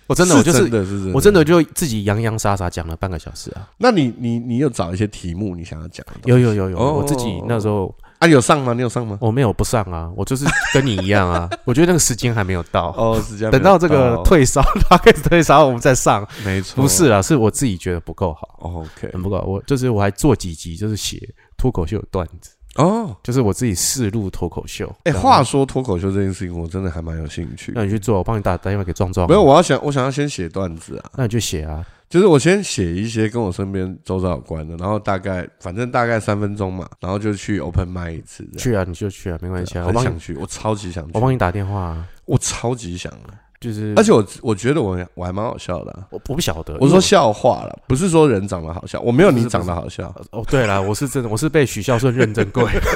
Speaker 1: 我真的，我就是
Speaker 2: 真的是真的
Speaker 1: 我真的就自己洋洋洒洒讲了半个小时啊。
Speaker 2: 那你你你有找一些题目你想要讲的东西？
Speaker 1: 有有有有，
Speaker 2: 哦
Speaker 1: 我自己那时候
Speaker 2: 啊，你有上吗？你有上吗？
Speaker 1: 我没有不上啊，我就是跟你一样啊。 我觉得那个时间还没有到，
Speaker 2: 哦，时间没有
Speaker 1: 等到这个退烧， 他开始退烧，我们再上。
Speaker 2: 没错，
Speaker 1: 不是啊，是我自己觉得不够好，
Speaker 2: 哦，OK，
Speaker 1: 很不够。我就是我还做几集，就是写脱口秀的段子，
Speaker 2: 哦，
Speaker 1: 就是我自己试录脱口秀。
Speaker 2: 哎，
Speaker 1: 然后
Speaker 2: 话说脱口秀这件事情，我真的还蛮有兴趣
Speaker 1: 那。你去做，我帮你打打电话给壮壮。啊
Speaker 2: 没有，，我要想，我想要先写段子啊，
Speaker 1: 那你去写啊。
Speaker 2: 就是我先写一些跟我身边周遭有关的，然后大概反正大概三分钟嘛，然后就去 open mic 一次，这样
Speaker 1: 去啊，你就去啊，没关系啊，我
Speaker 2: 很
Speaker 1: 帮
Speaker 2: 想
Speaker 1: 你，
Speaker 2: 去，我超级想去，
Speaker 1: 我帮你打电话、啊。
Speaker 2: 我超级想的。
Speaker 1: 就是，
Speaker 2: 而且我我觉得我我还蛮好笑的啊、
Speaker 1: 我我不晓得，
Speaker 2: 我
Speaker 1: 嗯因为
Speaker 2: 说笑话了，不是说人长得好笑，我没有你长得好笑。
Speaker 1: 哦，对了，我是真的，我是被许孝顺认真过的。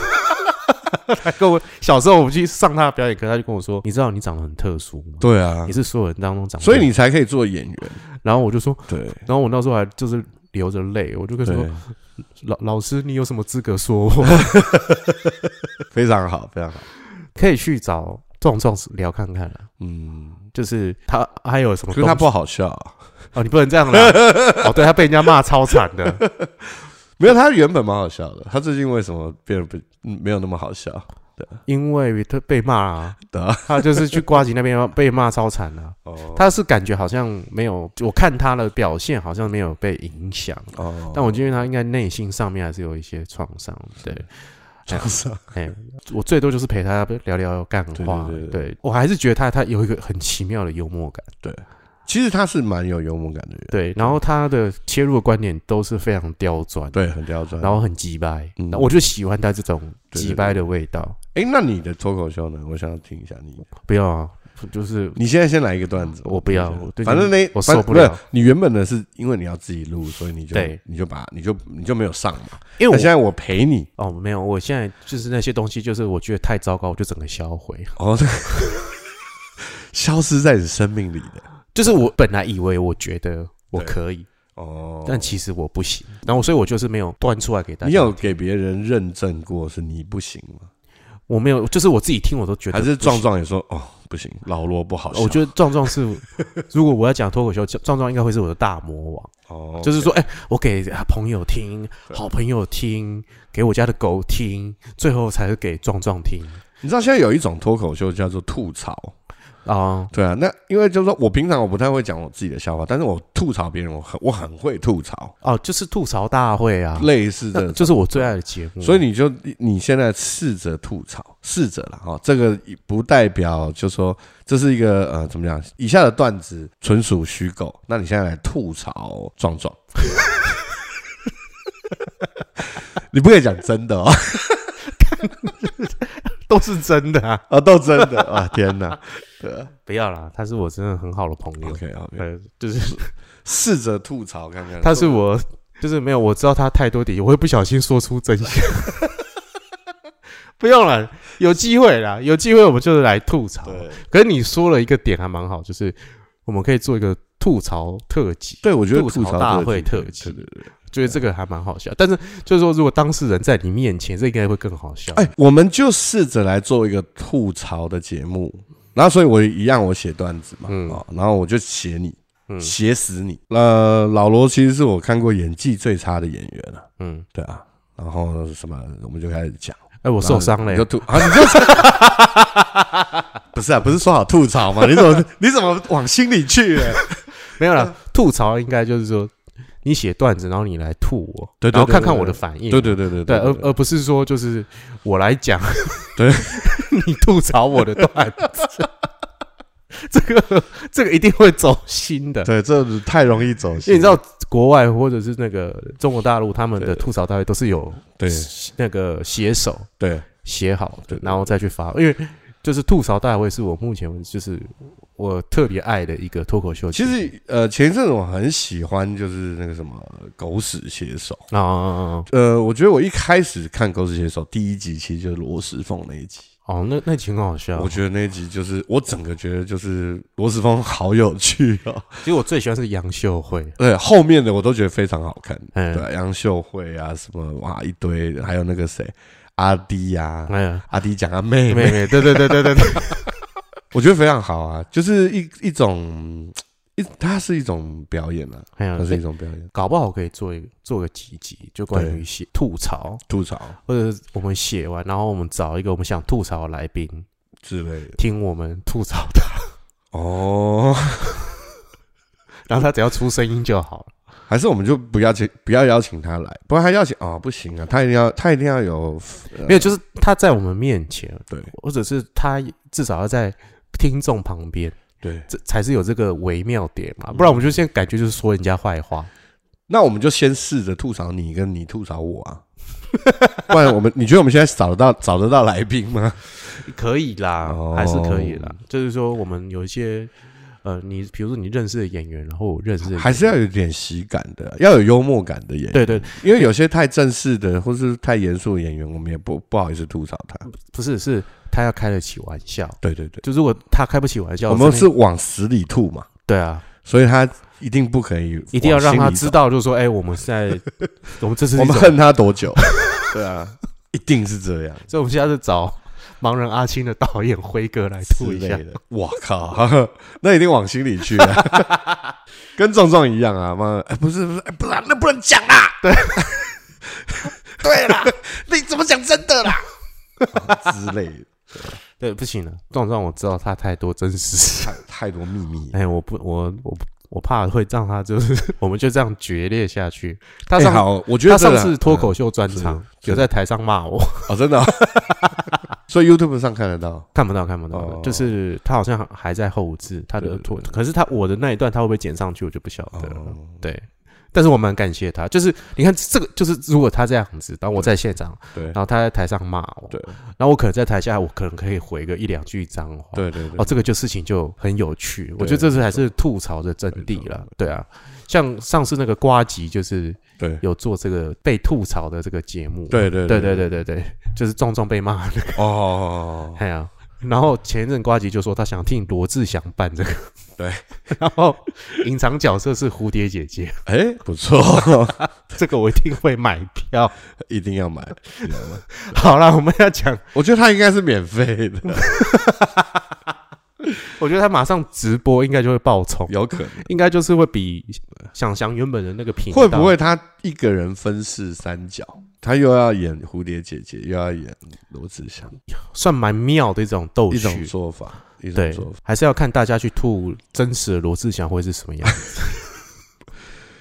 Speaker 1: 他跟我小时候我们去上他的表演课，他就跟我说：“你知道你长得很特殊吗？
Speaker 2: 对啊
Speaker 1: 你，是所有人当中长得，
Speaker 2: 所以你才可以做演员。
Speaker 1: 然后我就说，
Speaker 2: 对
Speaker 1: 然后我那时候还就是流着泪，我就跟他说
Speaker 2: 对，
Speaker 1: 老老师，你有什么资格说我？
Speaker 2: 非常好，非常好。
Speaker 1: 可以去找壮壮聊看看啊，
Speaker 2: 嗯，
Speaker 1: 就是他还有什么
Speaker 2: 可
Speaker 1: 东西？
Speaker 2: 是他不好笑啊，
Speaker 1: 哦，你不能这样啦。 哦，对他被人家骂超惨的。
Speaker 2: 没有他原本蛮好笑的，他最近为什么变得不嗯没有那么好笑？
Speaker 1: 因为他被骂 啊，
Speaker 2: 的啊
Speaker 1: 他就是去瓜吉那边被骂超惨啊。
Speaker 2: 哦
Speaker 1: 他是感觉好像没有，我看他的表现好像没有被影响，
Speaker 2: 哦，
Speaker 1: 但我觉得他应该内心上面还是有一些创伤。对，
Speaker 2: 创伤
Speaker 1: 哎，我最多就是陪他聊聊干话。
Speaker 2: 对对对对
Speaker 1: 我还是觉得他他有一个很奇妙的幽默感。
Speaker 2: 其实他是蛮有幽默感的人，
Speaker 1: 对，然后他的切入的观点都是非常刁钻，，
Speaker 2: 对，很刁钻。
Speaker 1: 然后很急掰，
Speaker 2: 嗯
Speaker 1: 我就喜欢他这种
Speaker 2: 对对
Speaker 1: 急掰的味道。
Speaker 2: 哎，那你的脱口秀呢？我想要听一下你的。
Speaker 1: 不要啊，就是
Speaker 2: 你现在先来一个段子，
Speaker 1: 我不要
Speaker 2: 觉得
Speaker 1: 我对
Speaker 2: 反正那
Speaker 1: 我受不了。
Speaker 2: 反是你原本的是因为你要自己录，所以你就
Speaker 1: 对
Speaker 2: 你就把你就你就没有上嘛。
Speaker 1: 因
Speaker 2: 那
Speaker 1: 为
Speaker 2: 现
Speaker 1: 我
Speaker 2: 在我陪你
Speaker 1: 哦没有，我现在就是那些东西，就是我觉得太糟糕，我就整个销毁。
Speaker 2: 哦， 消失在你生命里的
Speaker 1: 就是我本来以为我觉得我
Speaker 2: 对
Speaker 1: 可以，
Speaker 2: 哦。
Speaker 1: 但其实我不行。然后所以我就是没有端出来给大家。
Speaker 2: 你有给别人认证过是你不行吗？
Speaker 1: 我没有，就是我自己听我都觉得
Speaker 2: 还是
Speaker 1: 不行
Speaker 2: 壮壮也说哦不行，老罗不好笑。
Speaker 1: 我觉得壮壮是，如果我要讲脱口秀， 壮壮应该会是我的大魔王。
Speaker 2: 哦，
Speaker 1: 就是说，哎、我给朋友听，
Speaker 2: 对
Speaker 1: 好朋友听，给我家的狗听，最后才是给壮壮听
Speaker 2: 你知道现在有一种脱口秀叫做吐槽，
Speaker 1: 啊、
Speaker 2: 对啊，那因为就是说我平常我不太会讲我自己的笑话，但是我吐槽别人，我很我很会吐槽，
Speaker 1: 哦，就是吐槽大会啊，
Speaker 2: 类似
Speaker 1: 那
Speaker 2: 的，
Speaker 1: 就是我最爱的节目。
Speaker 2: 嗯所以你就你现在试着吐槽，试着了哈、哦，这个不代表就说这是一个呃怎么讲，以下的段子纯属虚构，那你现在来吐槽壮壮。 你不可以讲真的哦，
Speaker 1: 都是真的啊，
Speaker 2: 啊，都真的啊！天哪，啊
Speaker 1: 不要啦，他是我真的很好的朋友
Speaker 2: OK OK，
Speaker 1: 呃，就是
Speaker 2: 试着吐槽看看。
Speaker 1: 他是我，就是没有我知道他太多底，我会不小心说出真 相。不用了，有机会啦，有机会我们就是来吐槽。
Speaker 2: 对
Speaker 1: 可是你说了一个点还蛮好，就是我们可以做一个吐槽特辑，
Speaker 2: 对，我觉得
Speaker 1: 吐槽
Speaker 2: 槽
Speaker 1: 大
Speaker 2: 特
Speaker 1: 会
Speaker 2: 辑
Speaker 1: 特
Speaker 2: 对
Speaker 1: 辑
Speaker 2: 对对对。
Speaker 1: 觉得这个还蛮好笑。但是就是说，如果当事人在你面前，这应该会更好笑。
Speaker 2: 哎，我们就试着来做一个吐槽的节目，然后所以我一样我写段子嘛，
Speaker 1: 嗯
Speaker 2: 哦，然后我就写你，
Speaker 1: 嗯
Speaker 2: 写死你。呃，老罗其实是我看过演技最差的演员了，
Speaker 1: 嗯，
Speaker 2: 对啊。然后什么，我们就开始讲。
Speaker 1: 哎，我
Speaker 2: 我
Speaker 1: 受伤了
Speaker 2: 你就，吐啊，你就 不是啊，不是说好吐槽吗？你怎么你怎么往心里去了？
Speaker 1: 没有
Speaker 2: 呃
Speaker 1: 啦，吐槽应该就是说，你写段子，然后你来吐我，
Speaker 2: 对对对
Speaker 1: 然后看看
Speaker 2: 对对
Speaker 1: 我的反应，
Speaker 2: 对对对对
Speaker 1: 对，而
Speaker 2: 对
Speaker 1: 而不是说就是我来讲，
Speaker 2: 对，
Speaker 1: 你吐槽我的段子， 这个这个一定会走心的。
Speaker 2: 对，这太容易走
Speaker 1: 因
Speaker 2: 心了。
Speaker 1: 为你知道国外或者是那个中国大陆，他们的
Speaker 2: 对
Speaker 1: 吐槽大会都是有
Speaker 2: 对
Speaker 1: 那个写手
Speaker 2: 对，
Speaker 1: 写好的
Speaker 2: 对，
Speaker 1: 然后再去发。因为就是吐槽大会是我目前为止就是我特别爱的一个脱口秀节
Speaker 2: 其
Speaker 1: 目。
Speaker 2: 实呃，前一阵子我很喜欢就是那个什么狗屎写手。
Speaker 1: 啊哦
Speaker 2: 呃，我觉得我一开始看《狗屎写手》第一集，其实就是罗时凤那一集。
Speaker 1: 哦，哦那那集很好笑
Speaker 2: 我。觉得那一集就是我整个觉得就是罗时凤好有趣哦。
Speaker 1: 其实我最喜欢是杨秀慧，
Speaker 2: 对，后面的我都觉得非常好看。对
Speaker 1: 嗯，
Speaker 2: 啊，杨秀慧啊，什么哇一堆，还有那个谁阿迪呀、
Speaker 1: 哎呀，
Speaker 2: 阿迪讲他妹
Speaker 1: 妹
Speaker 2: 妹，
Speaker 1: 妹，对对对对对对，
Speaker 2: 我觉得非常好啊，就是一一种一，它是一种表演啊，
Speaker 1: 哎呀
Speaker 2: 它，是一种表演，
Speaker 1: 搞不好可以做一个做个几集，就关于写吐槽，
Speaker 2: 吐槽
Speaker 1: 或者是我们写完，然后我们找一个我们想吐槽的来宾，
Speaker 2: 之类的。
Speaker 1: 听我们吐槽他，
Speaker 2: 哦，
Speaker 1: 然后他只要出声音就好了。
Speaker 2: 还是我们就不要请，不要邀请他来，不然他邀请哦不行啊，他一定要他一定要有呃
Speaker 1: 没有，就是他在我们面前，
Speaker 2: 对
Speaker 1: 或者是他至少要在听众旁边，
Speaker 2: 对，
Speaker 1: 这才是有这个微妙点嘛。不然我们就现在感觉就是说人家坏话，
Speaker 2: 那我们就先试着吐槽你，跟你吐槽我啊， 不然我们你觉得我们现在找得到找得到来宾吗？
Speaker 1: 可以啦，
Speaker 2: 哦
Speaker 1: 还是可以啦。就是说我们有一些。呃，你比如说你认识的演员，然后我认识的演员
Speaker 2: 还是要有点喜感的，要有幽默感的演员，
Speaker 1: 对对，
Speaker 2: 因为有些太正式的或是太严肃的演员，我们也不不好意思吐槽他。
Speaker 1: 不是是他要开得起玩笑，
Speaker 2: 对对对，
Speaker 1: 就如果他开不起玩笑，
Speaker 2: 我们
Speaker 1: 真的
Speaker 2: 是往死里吐嘛，
Speaker 1: 对啊，
Speaker 2: 所以他一定不可以，
Speaker 1: 一定要让他知。道，就是说，哎，我们是在 我们这次
Speaker 2: 我们恨他 多久？对啊， 一定是这样。
Speaker 1: 所以我们现在是找盲人阿青的导演辉哥来
Speaker 2: 之
Speaker 1: 吐一
Speaker 2: 类
Speaker 1: 下。
Speaker 2: 的。我靠，那一定往心里去啊， 跟壮壮一样啊，妈、哎不是不是，哎不然那不能讲啊啦。对，对啦，你怎么讲真的啦？之类的，
Speaker 1: 对，不行了，啊壮壮，我知道他太多真实。
Speaker 2: 太太多秘密。
Speaker 1: 哎，我不，我我我怕会让他就是 我们就这样决裂下去。他
Speaker 2: 哎
Speaker 1: 上、
Speaker 2: 好，我觉
Speaker 1: 他
Speaker 2: 得这
Speaker 1: 上
Speaker 2: 个
Speaker 1: 次脱口秀专场
Speaker 2: 嗯是
Speaker 1: 有在台上骂我，
Speaker 2: 哦，真的哦、 所以 YouTube 上看得到。
Speaker 1: 看不到看不到的，
Speaker 2: 哦
Speaker 1: 就是他好像还在后置他的
Speaker 2: 对
Speaker 1: 脱，可是他我的那一段他会不会剪上去，我就不晓得了。
Speaker 2: 哦
Speaker 1: 对，但是我蛮感谢他，就是你看这个，就是如果他这样子，然后我在现场，
Speaker 2: 对
Speaker 1: 然后他在台上骂我，
Speaker 2: 对，
Speaker 1: 然后我可能在台下，我可能可以回个一两句脏话，，
Speaker 2: 对对对
Speaker 1: 哦，，这个就事情就很有趣，我觉得这才是吐槽的真谛了，对啊，像上次那个瓜吉就是
Speaker 2: 对
Speaker 1: 有做这个被吐槽的这个节目，
Speaker 2: 对对
Speaker 1: 对对对对对，就是壮壮被骂那个，
Speaker 2: 哦哦，哦哦
Speaker 1: 哎呀。然后前一阵瓜吉就说他想听罗志祥办这个，
Speaker 2: 对，
Speaker 1: 然后隐藏角色是蝴蝶姐姐，
Speaker 2: 哎，不错，
Speaker 1: 这个我一定会买票。
Speaker 2: 一定要买，一定要买
Speaker 1: 好了，我们要讲，
Speaker 2: 我觉得它应该是免费的，
Speaker 1: 我觉得他马上直播应该就会爆冲，
Speaker 2: 有可能。
Speaker 1: 应该就是会比呃想想原本的那个频道
Speaker 2: 会不会他一个人分饰三角？他又要演蝴蝶姐姐，又要演罗志祥，
Speaker 1: 算蛮妙的一种逗
Speaker 2: 一种
Speaker 1: 趣。
Speaker 2: 做法，一种
Speaker 1: 对
Speaker 2: 做法。，
Speaker 1: 还是要看大家去吐真实的罗志祥会是什么 样。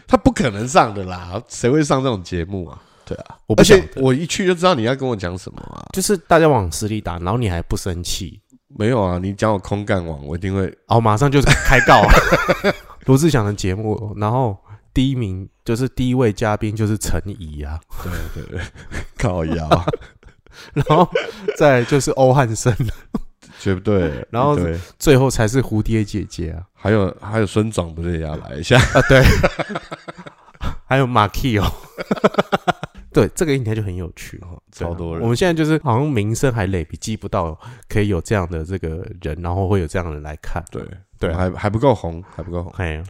Speaker 2: 他不可能上的啦，谁会上这种节目啊？对啊，
Speaker 1: 我不
Speaker 2: 而
Speaker 1: 晓
Speaker 2: 且
Speaker 1: 得，
Speaker 2: 我一去就知道你要跟我讲什么啊。
Speaker 1: 就是大家往死里打，然后你还不生气，
Speaker 2: 没有啊，你讲我空干王，我一定会。
Speaker 1: 哦，马上就开 告啊！罗志祥的节目，然后第一名就是第一位嘉宾就是陈怡啊，
Speaker 2: 对对对，靠腰，啊
Speaker 1: 然后再来就是欧汉生，
Speaker 2: 绝对。
Speaker 1: 然后
Speaker 2: 对，
Speaker 1: 最后才是蝴蝶姐姐啊，
Speaker 2: 还有还有孙总不是也要 来一下？
Speaker 1: 还有马 key 哦。 对，这个应该就很有趣哦，
Speaker 2: 超多人
Speaker 1: 我们现在就是好像名声还累，比积不到可以有这样的这个人，然后会有这样的人来看。
Speaker 2: 对
Speaker 1: 对啊
Speaker 2: 还还不够红，还不够红。
Speaker 1: 哎，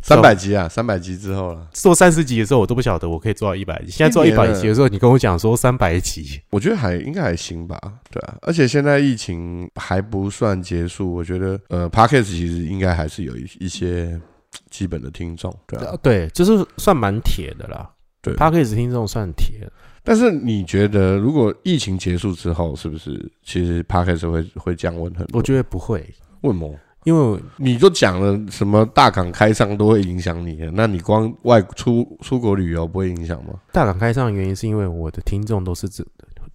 Speaker 2: 三百集啊，三百集之后了，
Speaker 1: 做三十集的时候，我都不晓得我可以做到一百集。现在做到
Speaker 2: 一
Speaker 1: 一
Speaker 2: 年
Speaker 1: 百
Speaker 2: 了
Speaker 1: 集的时候，你跟我讲说三百集，
Speaker 2: 我觉得还应该还行吧，对啊。而且现在疫情还不算结束，我觉得呃 p a c k e t 其实应该还是有一一些基本的听众，对啊。
Speaker 1: 呃对，就是算蛮铁的啦。
Speaker 2: 对
Speaker 1: 他可以只听这种算铁的。
Speaker 2: 但是你觉得，如果疫情结束之后，是不是其实 p a c k e t 会会降温很多？
Speaker 1: 我觉得不会，
Speaker 2: 为什么？
Speaker 1: 因为
Speaker 2: 你都讲了什么大港开商都会影响你了，那你光外出出国旅游不会影响吗？
Speaker 1: 大港开唱的原因是因为我的听众都是这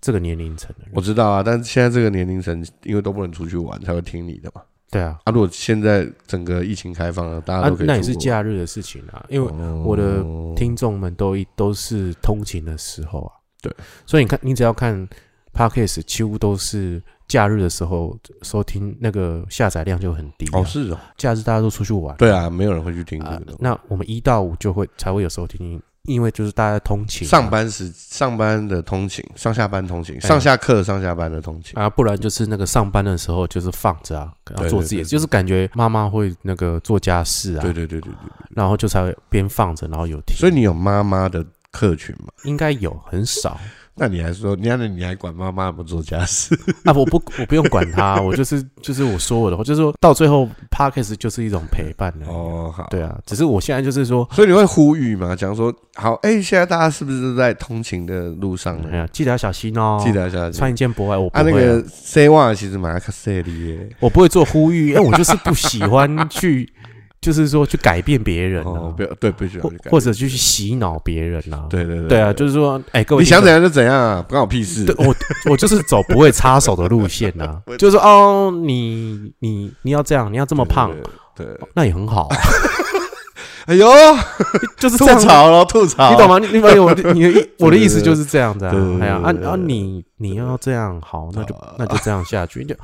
Speaker 1: 这个年龄层的
Speaker 2: 我
Speaker 1: 人。
Speaker 2: 知道啊，但是现在这个年龄层，因为都不能出去玩，才会听你的嘛。
Speaker 1: 对啊，
Speaker 2: 啊，如果现在整个疫情开放了，大家
Speaker 1: 啊
Speaker 2: 都可以出国、，
Speaker 1: 那也是假日的事情啊，因为
Speaker 2: 哦
Speaker 1: 我的听众们都一都是通勤的时候啊。
Speaker 2: 对，
Speaker 1: 所以你看，你只要看 podcast，几乎都是假日的时候收听，那个下载量就很低、啊。
Speaker 2: 哦是哦，
Speaker 1: 假日大家都出去玩，
Speaker 2: 对啊，没有人会去听这
Speaker 1: 啊、
Speaker 2: 个东西。
Speaker 1: 那我们一到五就会才会有收听，因为就是大家通勤啊、哎
Speaker 2: 上班时上班的通勤，上下班通勤，上下课上下班的通勤，
Speaker 1: 啊，不然就是那个上班的时候就是放着啊，然后
Speaker 2: 对
Speaker 1: 做
Speaker 2: 对
Speaker 1: 自己的，
Speaker 2: 对对
Speaker 1: 就是感觉妈妈会那个做家事啊，
Speaker 2: 对对对对对。
Speaker 1: 然后就才会边放着，然后有听。
Speaker 2: 所以你有妈妈的客群嘛？
Speaker 1: 应该有很少
Speaker 2: 那你还说，你看你还管妈妈有没有做家事？
Speaker 1: 啊，我不我不用管他，我就是就是我说我的话，就是说到最后 p o d c a s 就是一种陪伴的。哦，
Speaker 2: 哦，好。
Speaker 1: 对啊，只是我现在就是说，
Speaker 2: 所以你会呼吁嘛？讲说，好，哎、现在大家是不是都在通勤的路上
Speaker 1: 哎
Speaker 2: 呢？
Speaker 1: 呀，记得要小心哦，
Speaker 2: 记得一下。
Speaker 1: 穿一件薄外，我不
Speaker 2: 啊，那
Speaker 1: 会啊、
Speaker 2: 个 C one 其实马克塞里耶，
Speaker 1: 我不会做呼吁，因为我就是不喜欢去，就是说去改变别人、啊
Speaker 2: 哦，不要对，不需要
Speaker 1: 或
Speaker 2: 去改
Speaker 1: 或者去洗脑别人呐、啊。
Speaker 2: 对对对
Speaker 1: 对啊，就是说，哎、各位
Speaker 2: 你
Speaker 1: 听众
Speaker 2: 想怎样就怎样啊，不关我屁事。
Speaker 1: 对我，我就是走不会插手的路线 呐、啊，就是说哦，你你你要这样，你要这么胖，
Speaker 2: 对，对，对
Speaker 1: 那也很好、 啊，
Speaker 2: 哎呦，
Speaker 1: 就是
Speaker 2: 吐
Speaker 1: 这样子
Speaker 2: 槽了，吐槽，
Speaker 1: 你懂？吗？你你我的 你的我的意思就是这样子啊
Speaker 2: 啊对对对，对
Speaker 1: 哎呀，啊
Speaker 2: 对对
Speaker 1: 啊，
Speaker 2: 对
Speaker 1: 你你要这样好，那就
Speaker 2: 好啊
Speaker 1: 那就这样下去。就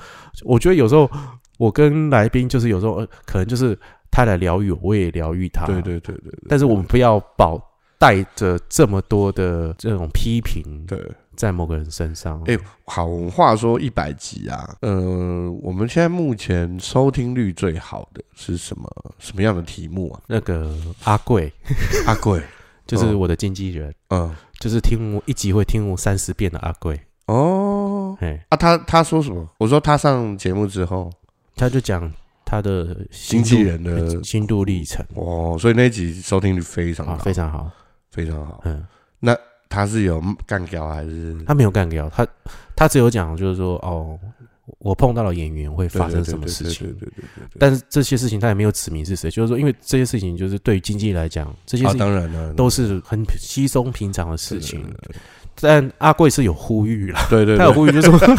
Speaker 1: 我觉得有时候我跟来宾就是有时候呃可能就是他来疗愈我，我也疗愈他，
Speaker 2: 对对对对对
Speaker 1: 但是我们不要保带着这么多的这种批评
Speaker 2: 对。
Speaker 1: 在某个人身上。
Speaker 2: 哎好，我们话说一百集啊，呃，我们现在目前收听率最好的是什么什么样的题目啊？
Speaker 1: 那个阿贵
Speaker 2: 阿贵，
Speaker 1: 就是
Speaker 2: 嗯
Speaker 1: 我的经纪人，
Speaker 2: 嗯，
Speaker 1: 就是听我一集会听我三十遍的阿贵，
Speaker 2: 哦，
Speaker 1: 哎，
Speaker 2: 啊，他他说什么？我说他上节目之后，
Speaker 1: 他就讲他的心
Speaker 2: 经纪
Speaker 1: 路
Speaker 2: 人的
Speaker 1: 心路历程
Speaker 2: 哦，所以那一集收听率非常
Speaker 1: 啊，
Speaker 2: 好，
Speaker 1: 非常好，
Speaker 2: 非常好。
Speaker 1: 嗯。
Speaker 2: 他是有干掉还是
Speaker 1: 他没有干掉，他他只有讲就是说哦，我碰到了演员会发生什么事
Speaker 2: 对
Speaker 1: 情，
Speaker 2: 对对对对对对
Speaker 1: 但是这些事情他也没有指明是谁，就是说因为这些事情就是对于经济来讲，这
Speaker 2: 对
Speaker 1: 些
Speaker 2: 啊，
Speaker 1: 事情
Speaker 2: 当然了，
Speaker 1: 都是很稀松平常的事情，但阿贵是有呼吁啦，
Speaker 2: 对对
Speaker 1: 他有
Speaker 2: 对，
Speaker 1: 呼吁就是说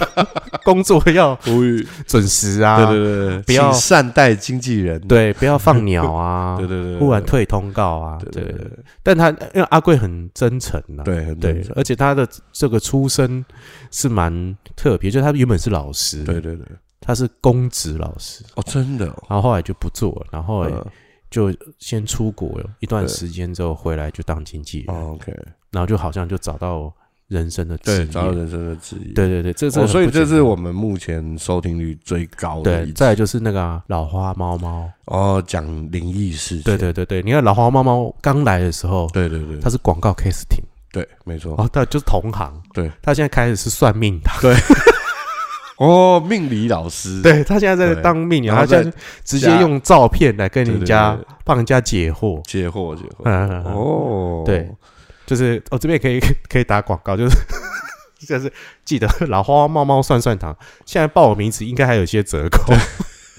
Speaker 1: 工作要
Speaker 2: 呼吁，
Speaker 1: 准时啊，
Speaker 2: 对对对对，
Speaker 1: 不要
Speaker 2: 请善待经纪人，
Speaker 1: 对不要放鸟啊，
Speaker 2: 对对对，
Speaker 1: 忽然退通告啊，
Speaker 2: 对，
Speaker 1: 对
Speaker 2: 对对对
Speaker 1: 但他因为阿贵很真诚啊呐、
Speaker 2: 对，很
Speaker 1: 对
Speaker 2: 正常，
Speaker 1: 而且他的这个出身是蛮特别，就是他原本是老师，
Speaker 2: 对对对，
Speaker 1: 他是公职老师，
Speaker 2: 哦，真的哦，
Speaker 1: 然后后来就不做了，然后后来
Speaker 2: 嗯
Speaker 1: 就先出国了一段
Speaker 2: 对
Speaker 1: 时间之后回来就当经纪人，
Speaker 2: 哦，OK，
Speaker 1: 然后就好像就找到人生的职
Speaker 2: 对，
Speaker 1: 业，
Speaker 2: 找到人生的指引，
Speaker 1: 对对对，这是、
Speaker 2: 哦，所以这是我们目前收听率最高的
Speaker 1: 对
Speaker 2: 一，集
Speaker 1: 再来就是那个啊、老花猫猫，
Speaker 2: 哦，讲灵异事件，
Speaker 1: 对对对对，你看老花猫猫刚来的时候，
Speaker 2: 对对对
Speaker 1: 它是广告 casting，
Speaker 2: 对，没错，
Speaker 1: 哦，它就是同行，
Speaker 2: 对，
Speaker 1: 它现在开始是算命的，
Speaker 2: 哦，命理老师，
Speaker 1: 对他现在在
Speaker 2: 对
Speaker 1: 当命理，
Speaker 2: 然后
Speaker 1: 他现在
Speaker 2: 再
Speaker 1: 直接用照片来跟
Speaker 2: 对对
Speaker 1: 人家
Speaker 2: 对对
Speaker 1: 帮人家解惑，
Speaker 2: 解惑解惑，
Speaker 1: 嗯嗯嗯
Speaker 2: 哦，
Speaker 1: 对，就是我、哦、这边可以可以打广告，就是 就是记得老花花猫猫算算糖，现在报我名字应该还有一些折扣，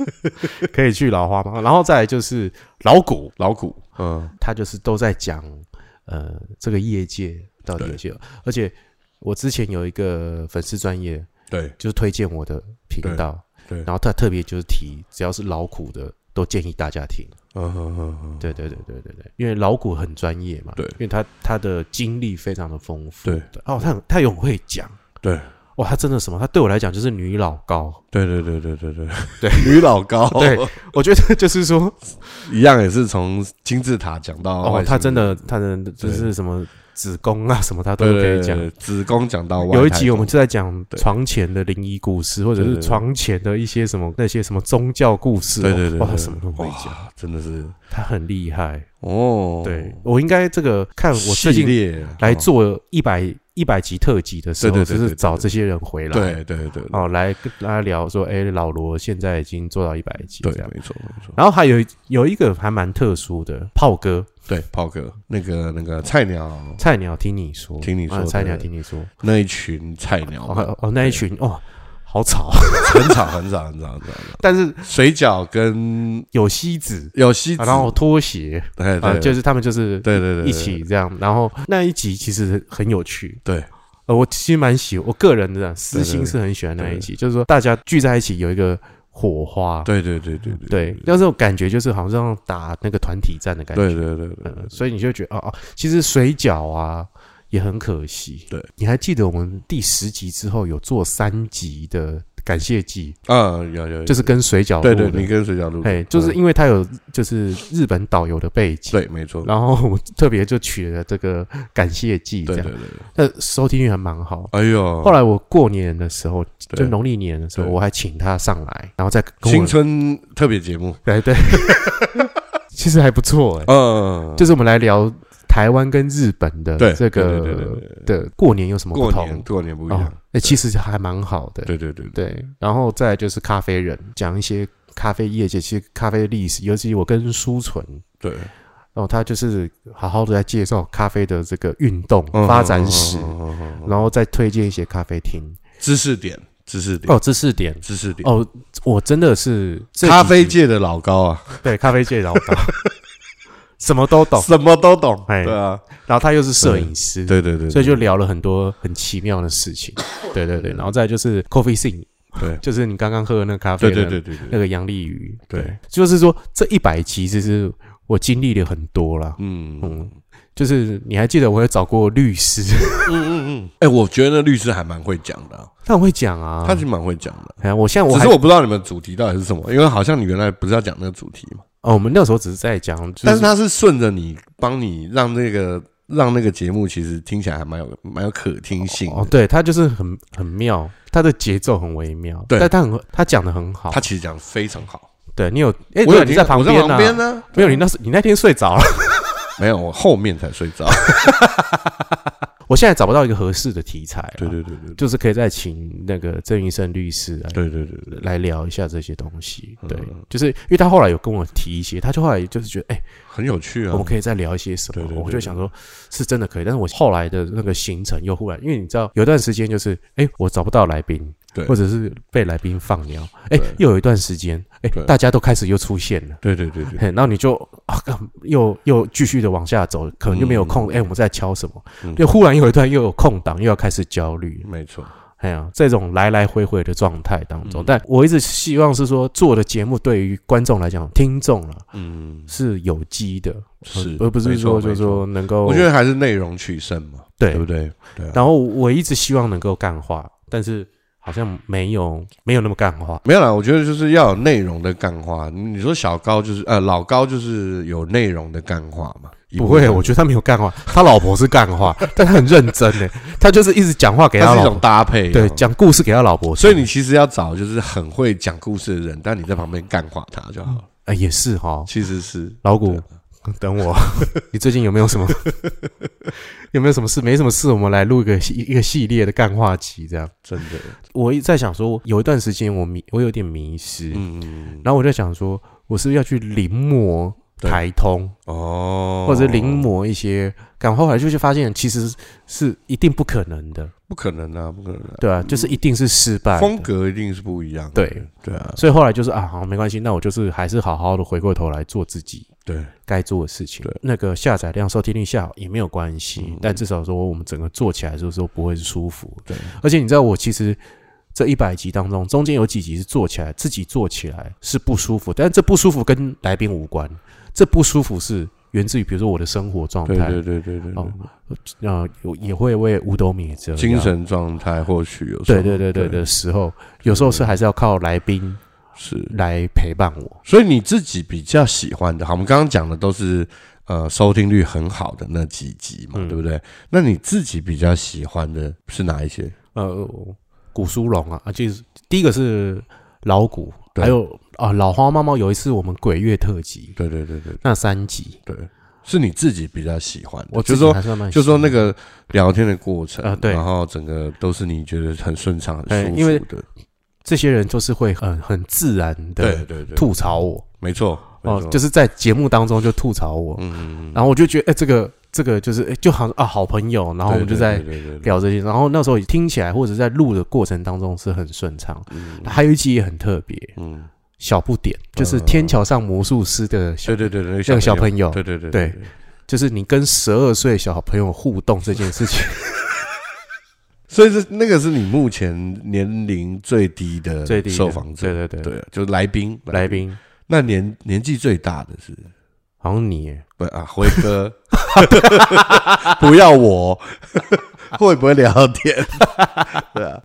Speaker 1: 可以去老花猫，然后再来就是老谷，
Speaker 2: 老古，嗯，
Speaker 1: 他就是都在讲呃这个业界到底有些，而且我之前有一个粉丝专业，
Speaker 2: 对
Speaker 1: 就是推荐我的频道，
Speaker 2: 对对
Speaker 1: 然后他特别就是提，只要是老股的，都建议大家听。
Speaker 2: 嗯哼哼哼，
Speaker 1: 对对对对对对，因为老股很专业嘛，
Speaker 2: 对
Speaker 1: 因为他他的经历非常的丰富，
Speaker 2: 对
Speaker 1: 哦，他很他也很会讲，
Speaker 2: 对，
Speaker 1: 哇，他真的什么，他对我来讲就是女老高，
Speaker 2: 对对对对对对
Speaker 1: 对，
Speaker 2: 女老高，
Speaker 1: 对，我觉 得就是说，
Speaker 2: 一样也是从金字塔讲到
Speaker 1: 哦
Speaker 2: 外，星
Speaker 1: 他真
Speaker 2: 人
Speaker 1: 的他的就是什么子宫啊什么，他都
Speaker 2: 对
Speaker 1: 可
Speaker 2: 对
Speaker 1: 以
Speaker 2: 对
Speaker 1: 讲。
Speaker 2: 对子宫讲到外
Speaker 1: 有一
Speaker 2: 太
Speaker 1: 集我们
Speaker 2: 空
Speaker 1: 就在讲
Speaker 2: 对
Speaker 1: 床前的灵异故事，或者是
Speaker 2: 对对对
Speaker 1: 床前的一些什么那些什么宗教故事哦，
Speaker 2: 对对对
Speaker 1: 哇，
Speaker 2: 对
Speaker 1: 他什么都会
Speaker 2: 哇
Speaker 1: 讲，
Speaker 2: 真的是
Speaker 1: 他很厉害。
Speaker 2: 哦，
Speaker 1: 对我应该这个看我最
Speaker 2: 系
Speaker 1: 近
Speaker 2: 列
Speaker 1: 来
Speaker 2: 哦
Speaker 1: 做一百一百集特辑的时候，
Speaker 2: 对对
Speaker 1: 就
Speaker 2: 对
Speaker 1: 是
Speaker 2: 对
Speaker 1: 找这些人回来，
Speaker 2: 对对对
Speaker 1: 哦，来跟大家聊说，哎，老罗现在已经做到一百集
Speaker 2: 对
Speaker 1: 这，样。
Speaker 2: 没错没错。
Speaker 1: 然后还有一有一个还蛮特殊的炮哥
Speaker 2: 对，炮哥，那个那个菜鸟
Speaker 1: 菜鸟，听你说，
Speaker 2: 哦听你说
Speaker 1: 啊菜鸟
Speaker 2: 对
Speaker 1: 听你说，
Speaker 2: 那一群菜鸟们，
Speaker 1: 哦哦那一群哦，好吵，
Speaker 2: 很吵很吵很吵很吵很吵。
Speaker 1: 但是
Speaker 2: 水饺跟
Speaker 1: 有西子，
Speaker 2: 有西子，
Speaker 1: 啊然后拖鞋
Speaker 2: 对
Speaker 1: 啊，
Speaker 2: 对，
Speaker 1: 就是是他们就是
Speaker 2: 对对对
Speaker 1: 一起这样。然后那一集其实很有趣，
Speaker 2: 对
Speaker 1: 呃，我其实蛮喜，我个人的私
Speaker 2: 对
Speaker 1: 心
Speaker 2: 对
Speaker 1: 是很喜欢那一集，就是说大家聚在一起有一个火花，
Speaker 2: 对对对对对
Speaker 1: 对，那这种感觉就是好像打那个团体战的感觉，
Speaker 2: 对对对对
Speaker 1: 嗯，所以你就觉得哦哦，其实水饺啊。也很可惜，
Speaker 2: 对，
Speaker 1: 你还记得我们第十集之后有做三集的感谢祭，
Speaker 2: 啊，有有
Speaker 1: 嗯就是跟水饺
Speaker 2: 对
Speaker 1: 录
Speaker 2: 对，
Speaker 1: 的
Speaker 2: 你跟水饺录的，
Speaker 1: 哎，就是
Speaker 2: 嗯
Speaker 1: 因为他有就是日本导游的背景，
Speaker 2: 对，没错，
Speaker 1: 然后我特别就取了这个感谢祭，这
Speaker 2: 对对
Speaker 1: 样，
Speaker 2: 对，对
Speaker 1: 那收听率还蛮好。
Speaker 2: 哎呦，
Speaker 1: 后来我过年的时候，就
Speaker 2: 对
Speaker 1: 农历年的时候，
Speaker 2: 对
Speaker 1: 我还请他上来，然后再跟
Speaker 2: 新
Speaker 1: 我
Speaker 2: 春特别节目，
Speaker 1: 对 对，其实还不错哎，
Speaker 2: 嗯，
Speaker 1: 就是我们来聊台湾跟日本的
Speaker 2: 对
Speaker 1: 这
Speaker 2: 对对对对对
Speaker 1: 个的过年有什么不
Speaker 2: 过年
Speaker 1: 同
Speaker 2: 过年不一
Speaker 1: 哦
Speaker 2: 样，，
Speaker 1: 哎，其实还蛮好的，
Speaker 2: 对对对对
Speaker 1: 对，然后再来就是咖啡人讲一些咖啡业界，其实咖啡历史，尤其我跟舒纯。
Speaker 2: 对，
Speaker 1: 然后他就是好好的在介绍咖啡的这个运动
Speaker 2: 嗯
Speaker 1: 发展史，
Speaker 2: 嗯嗯嗯嗯嗯
Speaker 1: 然后再推荐一些咖啡厅
Speaker 2: 知识点，知识点，
Speaker 1: 哦，知识点
Speaker 2: 知识点，
Speaker 1: 哦，我真的是这
Speaker 2: 咖
Speaker 1: 几
Speaker 2: 啡
Speaker 1: 集
Speaker 2: 界的老高啊，
Speaker 1: 对咖啡界老大， 什么都懂。
Speaker 2: 什么都懂，
Speaker 1: 哎
Speaker 2: 对啊，
Speaker 1: 然后他又是摄影师，
Speaker 2: 对对对，
Speaker 1: 所以就聊了很多很奇妙的事情。对对对，然后再来就是 coffee thing，
Speaker 2: 对
Speaker 1: 就是你刚刚喝的那个咖啡
Speaker 2: 对
Speaker 1: 的，
Speaker 2: 对对对
Speaker 1: 那
Speaker 2: 对，
Speaker 1: 个杨丽鱼，
Speaker 2: 对，
Speaker 1: 就是说这一百集其实我经历了很多啦。
Speaker 2: 嗯嗯
Speaker 1: 嗯，就是你还记得我有找过律师，
Speaker 2: 嗯嗯，哎，我觉得那律师还蛮会讲的啊，
Speaker 1: 他很会讲啊，
Speaker 2: 他是蛮会讲的。
Speaker 1: 哎呀，我现在我
Speaker 2: 只
Speaker 1: 还
Speaker 2: 是我不知道你们主题到底是什么，因为好像你原来不是要讲那个主题嘛，
Speaker 1: 哦，我们那时候只是哦在讲，就
Speaker 2: 但是他是顺着你，帮你让那个让那个节目其实听起来还蛮有蛮有可听性
Speaker 1: 哦，
Speaker 2: 的。
Speaker 1: 对他就是很很妙，他的节奏很微妙，
Speaker 2: 对
Speaker 1: 但他很他讲的很好，
Speaker 2: 他其实讲得非常好，
Speaker 1: 对你有哎，
Speaker 2: 我
Speaker 1: 对
Speaker 2: 有
Speaker 1: 你
Speaker 2: 听
Speaker 1: 在旁
Speaker 2: 我啊在
Speaker 1: 边
Speaker 2: 旁边啊
Speaker 1: 呢，
Speaker 2: 呢，
Speaker 1: 没有你那时你那天睡着了，
Speaker 2: 没有，我后面才睡着。
Speaker 1: 我现在找不到一个合适的题材，啊
Speaker 2: 对，对对对
Speaker 1: 就是可以再请那个郑云盛律师来。
Speaker 2: 对对嗯对对，
Speaker 1: 来聊一下这些东西，对，就是因为他后来有跟我提一些，他就后来就是觉得，哎、
Speaker 2: 很有趣啊
Speaker 1: 我们。可以再聊一些什么？
Speaker 2: 对对对
Speaker 1: 我就想说，是真的可以，但是我后来的那个行程又忽然，因为你知道有段时间就是，哎、我找不到来宾，
Speaker 2: 对
Speaker 1: 或者是被来宾放鸟，哎、
Speaker 2: 对
Speaker 1: 又有一段时间，哎、
Speaker 2: 对
Speaker 1: 大家都开始又出现了。
Speaker 2: 对对对对，
Speaker 1: 嘿，然后你就啊，干又又继续的往下走，可能就没有空。哎、我们在敲什么？
Speaker 2: 嗯
Speaker 1: 又忽然有一段又有空档，又要开始焦虑。
Speaker 2: 没错，
Speaker 1: 哎呀、这种来来回回的状态当中，
Speaker 2: 嗯
Speaker 1: 但我一直希望是说，做的节目对于观众来讲，听众了
Speaker 2: 嗯，
Speaker 1: 是有机的，
Speaker 2: 是
Speaker 1: 而不是
Speaker 2: 没
Speaker 1: 说
Speaker 2: 错
Speaker 1: 就是
Speaker 2: 没错
Speaker 1: 说能够。
Speaker 2: 我觉得还是内容取胜嘛，
Speaker 1: 对
Speaker 2: 对不对？对啊，
Speaker 1: 然后我一直希望能够干化，但是好像没有没有那么干化。
Speaker 2: 没有啦，我觉得就是要有内容的干话。你说小高就是呃老高就是有内容的干话嘛？
Speaker 1: 不会，我
Speaker 2: 觉
Speaker 1: 觉得他没有干话，他老婆是干话，但他很认真诶，他就是一直讲话给
Speaker 2: 它
Speaker 1: 他
Speaker 2: 是一
Speaker 1: 老
Speaker 2: 种
Speaker 1: 婆，
Speaker 2: 搭配，啊
Speaker 1: 对，讲故事给他老婆听。
Speaker 2: 所以你其实要找就是很会讲故事的人，但你在旁边干化他就好了。
Speaker 1: 啊也是哈，
Speaker 2: 其实是
Speaker 1: 老谷，
Speaker 2: 啊
Speaker 1: 等我， 你最近有没有什么 有没有什么事？没什么事，我们来录一个系一个系列的干话集，这样。
Speaker 2: 真的，
Speaker 1: 我一直在想说，有一段时间我迷，我有点迷失，
Speaker 2: 嗯，
Speaker 1: 然后我就想说，我是不是要去临摹
Speaker 2: 对
Speaker 1: 台通？
Speaker 2: 哦，
Speaker 1: 或者临摹一些，但后来就是发现其实是一定不可能的，
Speaker 2: 不可能啊，不可能、啊，
Speaker 1: 对啊，就是一定是失败的
Speaker 2: 风。格一定是不一样的。
Speaker 1: 对
Speaker 2: 对啊，
Speaker 1: 所以后来就是啊，好没关系，那我就是还是好好的回过头来做自己
Speaker 2: 对，
Speaker 1: 该做的事情
Speaker 2: 对。
Speaker 1: 那个下载量、收听率下也没有关系，
Speaker 2: 嗯
Speaker 1: 但至少说我们整个做起来就是说不会是舒服。
Speaker 2: 对，
Speaker 1: 而且你知道，我其实这一百集当中，中间有几集是做起来自己做起来是不舒服，但这不舒服跟来宾无关，这不舒服是源自于比如说我的生活状态，
Speaker 2: 对对对对对
Speaker 1: 哦
Speaker 2: 对，
Speaker 1: 啊，有也会为五斗米折腰
Speaker 2: 精。神状态或许有时候
Speaker 1: 对对对对
Speaker 2: 对
Speaker 1: 的时候，有时候是还是要靠来宾
Speaker 2: 是，
Speaker 1: 来陪伴我。
Speaker 2: 所以你自己比较喜欢的，好，我们刚刚讲的都是呃收听率很好的那几集嘛，
Speaker 1: 嗯
Speaker 2: 对不对？那你自己比较喜欢的是哪一些？
Speaker 1: 呃，古苏龙啊，啊，就是第一个是老古，
Speaker 2: 对
Speaker 1: 还有啊老花猫猫。有一次我们鬼月特辑
Speaker 2: 对对对对
Speaker 1: 那三集，
Speaker 2: 对，是你自己比较喜欢的，
Speaker 1: 我自
Speaker 2: 就是
Speaker 1: 己
Speaker 2: 说
Speaker 1: 还算蛮喜
Speaker 2: 就
Speaker 1: 欢
Speaker 2: 说那个聊天的过程
Speaker 1: 啊对
Speaker 2: 然后整个都是你觉得很顺畅、很
Speaker 1: 哎
Speaker 2: 舒服的，
Speaker 1: 因为这些人就是会很很自然
Speaker 2: 对
Speaker 1: 的
Speaker 2: 对对，
Speaker 1: 吐槽我
Speaker 2: 没错，
Speaker 1: 哦
Speaker 2: 没，错
Speaker 1: 就是在节目当中就吐槽我，
Speaker 2: 嗯，嗯嗯
Speaker 1: 然后我就觉得哎、这个这个就是哎、就好像啊好朋友，然后我们就在
Speaker 2: 对对对对对
Speaker 1: 聊这些，然后那时候听起来或者在录的过程当中是很顺畅。
Speaker 2: 嗯
Speaker 1: 还有一集也很特别，
Speaker 2: 嗯，
Speaker 1: 小不点
Speaker 2: 呃
Speaker 1: 就是天桥上魔术师的小，
Speaker 2: 对对对对，
Speaker 1: 那个小
Speaker 2: 朋友，
Speaker 1: 朋友，
Speaker 2: 对对对
Speaker 1: 对就是你跟十二岁小朋友互动这件事 情，
Speaker 2: 所以是那个是你目前年龄最低的
Speaker 1: 最低的
Speaker 2: 受访者，
Speaker 1: 对对对，
Speaker 2: 对，啊就是来宾
Speaker 1: 来。宾
Speaker 2: 那年年纪最大的是
Speaker 1: 好像你耶
Speaker 2: 不啊，辉 哥，不要我， 会不会聊天？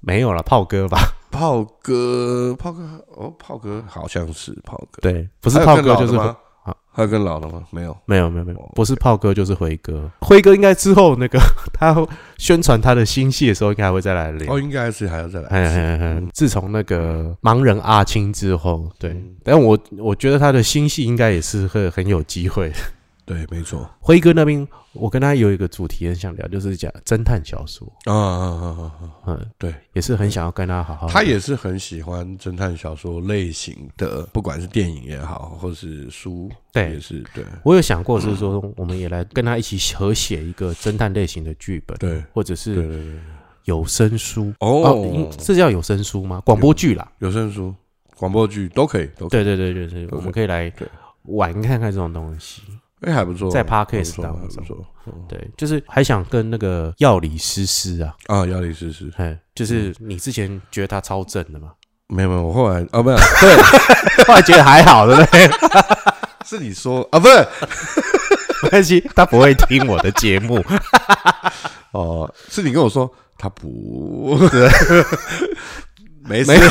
Speaker 1: 没有了，炮哥吧？
Speaker 2: 炮哥，炮哥，哦，炮哥好像是炮哥，
Speaker 1: 对， 不
Speaker 2: 不
Speaker 1: 是炮哥就是
Speaker 2: 吗
Speaker 1: 啊？
Speaker 2: 还有更老的吗？没有，
Speaker 1: 没有没有没有
Speaker 2: 哦，
Speaker 1: 不是炮哥就是辉哥，辉哥应该之后那个他宣传他的新戏的时候，应该还会再来聊
Speaker 2: 哦，。应该是还要再来
Speaker 1: 哎
Speaker 2: 一次。
Speaker 1: 哎哎！自从那个盲人阿青之后，对
Speaker 2: 嗯，
Speaker 1: 但我我觉得他的新戏应该也是会很有机会。
Speaker 2: 对，没错。
Speaker 1: 辉哥那边，我跟他有一个主题很想聊，就是讲侦探小说，
Speaker 2: 啊啊啊啊啊！
Speaker 1: 嗯，
Speaker 2: 对，
Speaker 1: 也是很想要跟他好好。
Speaker 2: 他也是很喜欢侦探小说类型的，不管是电影也好，或是书，也
Speaker 1: 对
Speaker 2: 是对
Speaker 1: 我有想过，是说我们也来跟他一起合写一个侦探类型的剧本，
Speaker 2: 对
Speaker 1: 或者
Speaker 2: 对对
Speaker 1: 是
Speaker 2: 对对。
Speaker 1: 有声书哦，
Speaker 2: 哦
Speaker 1: 应，这叫有声书吗？广播剧啦，
Speaker 2: 有声书、广播剧都可以，都可以。
Speaker 1: 对对对对对，我们可以来
Speaker 2: 对
Speaker 1: 玩看看这种东西。
Speaker 2: 哎，还不错，
Speaker 1: 在
Speaker 2: 还不
Speaker 1: Podcast
Speaker 2: 错
Speaker 1: 当
Speaker 2: 还不
Speaker 1: 中
Speaker 2: 错。嗯
Speaker 1: 对，就是还想跟那个药理诗诗啊，
Speaker 2: 啊，要力士是，
Speaker 1: 哎，就是你之前觉得他超正的嘛，
Speaker 2: 没有没有， 我后来啊，不是，
Speaker 1: 后来觉得还好，对 不对？
Speaker 2: 是你说啊，不是，
Speaker 1: 没关系，他不会听我的节目。
Speaker 2: 哦，是你跟我说他不， 没事
Speaker 1: 没，有。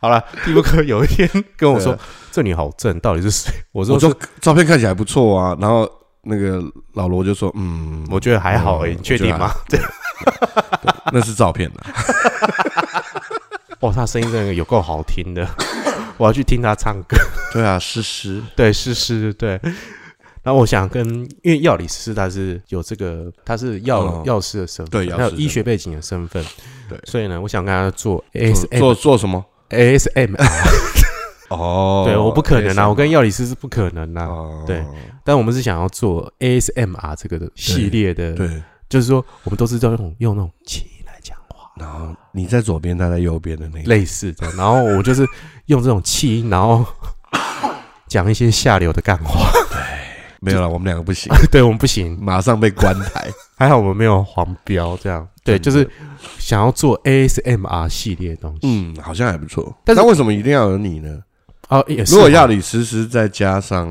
Speaker 1: 好了，蒂布哥有一天跟我
Speaker 2: 对
Speaker 1: 说：“这女好正，到底是谁？”我说：“
Speaker 2: 我
Speaker 1: 我说
Speaker 2: 说照片看起来不错啊，然后那个老罗就说，嗯，
Speaker 1: 我觉得还好诶、
Speaker 2: 嗯
Speaker 1: 你确定吗？”对，
Speaker 2: 那是照片啊，
Speaker 1: 哦，他声音真的有够好听的， 我要去听他唱歌。
Speaker 2: 对啊，诗诗，
Speaker 1: 对，是是，对。然后我想跟，因为药理师他是有这个，他是药
Speaker 2: 嗯
Speaker 1: 药师的身份，
Speaker 2: 对药师
Speaker 1: 还有
Speaker 2: 身份
Speaker 1: 医学背景的身份，
Speaker 2: 对
Speaker 1: 所以呢，我想跟他做
Speaker 2: 做
Speaker 1: AS
Speaker 2: 做做什么？
Speaker 1: ASM，
Speaker 2: 哦，
Speaker 1: 对，我不可能
Speaker 2: ASMR
Speaker 1: 啊，我跟药理师是不可能啊，
Speaker 2: 哦，
Speaker 1: 对但我们是想要做 ASMR 这个的系列的
Speaker 2: 对
Speaker 1: 就是说我们都是在用用那种气音来讲话，
Speaker 2: 然后你在左边，他在右边的那个，
Speaker 1: 类似的。然后我就是用这种气音，然后讲一些下流的干话。
Speaker 2: 没有了，我们两个不行，
Speaker 1: 对我们不行，
Speaker 2: 马上被关 台。
Speaker 1: 还好我们没有黄标，这样对，就
Speaker 2: 真的
Speaker 1: 是想要做 ASMR 系列的东西。
Speaker 2: 嗯，好像还不错。
Speaker 1: 但是
Speaker 2: 那为什么一定要有你呢？
Speaker 1: 哦，也是
Speaker 2: 如果要
Speaker 1: 哦
Speaker 2: 你实施，再加上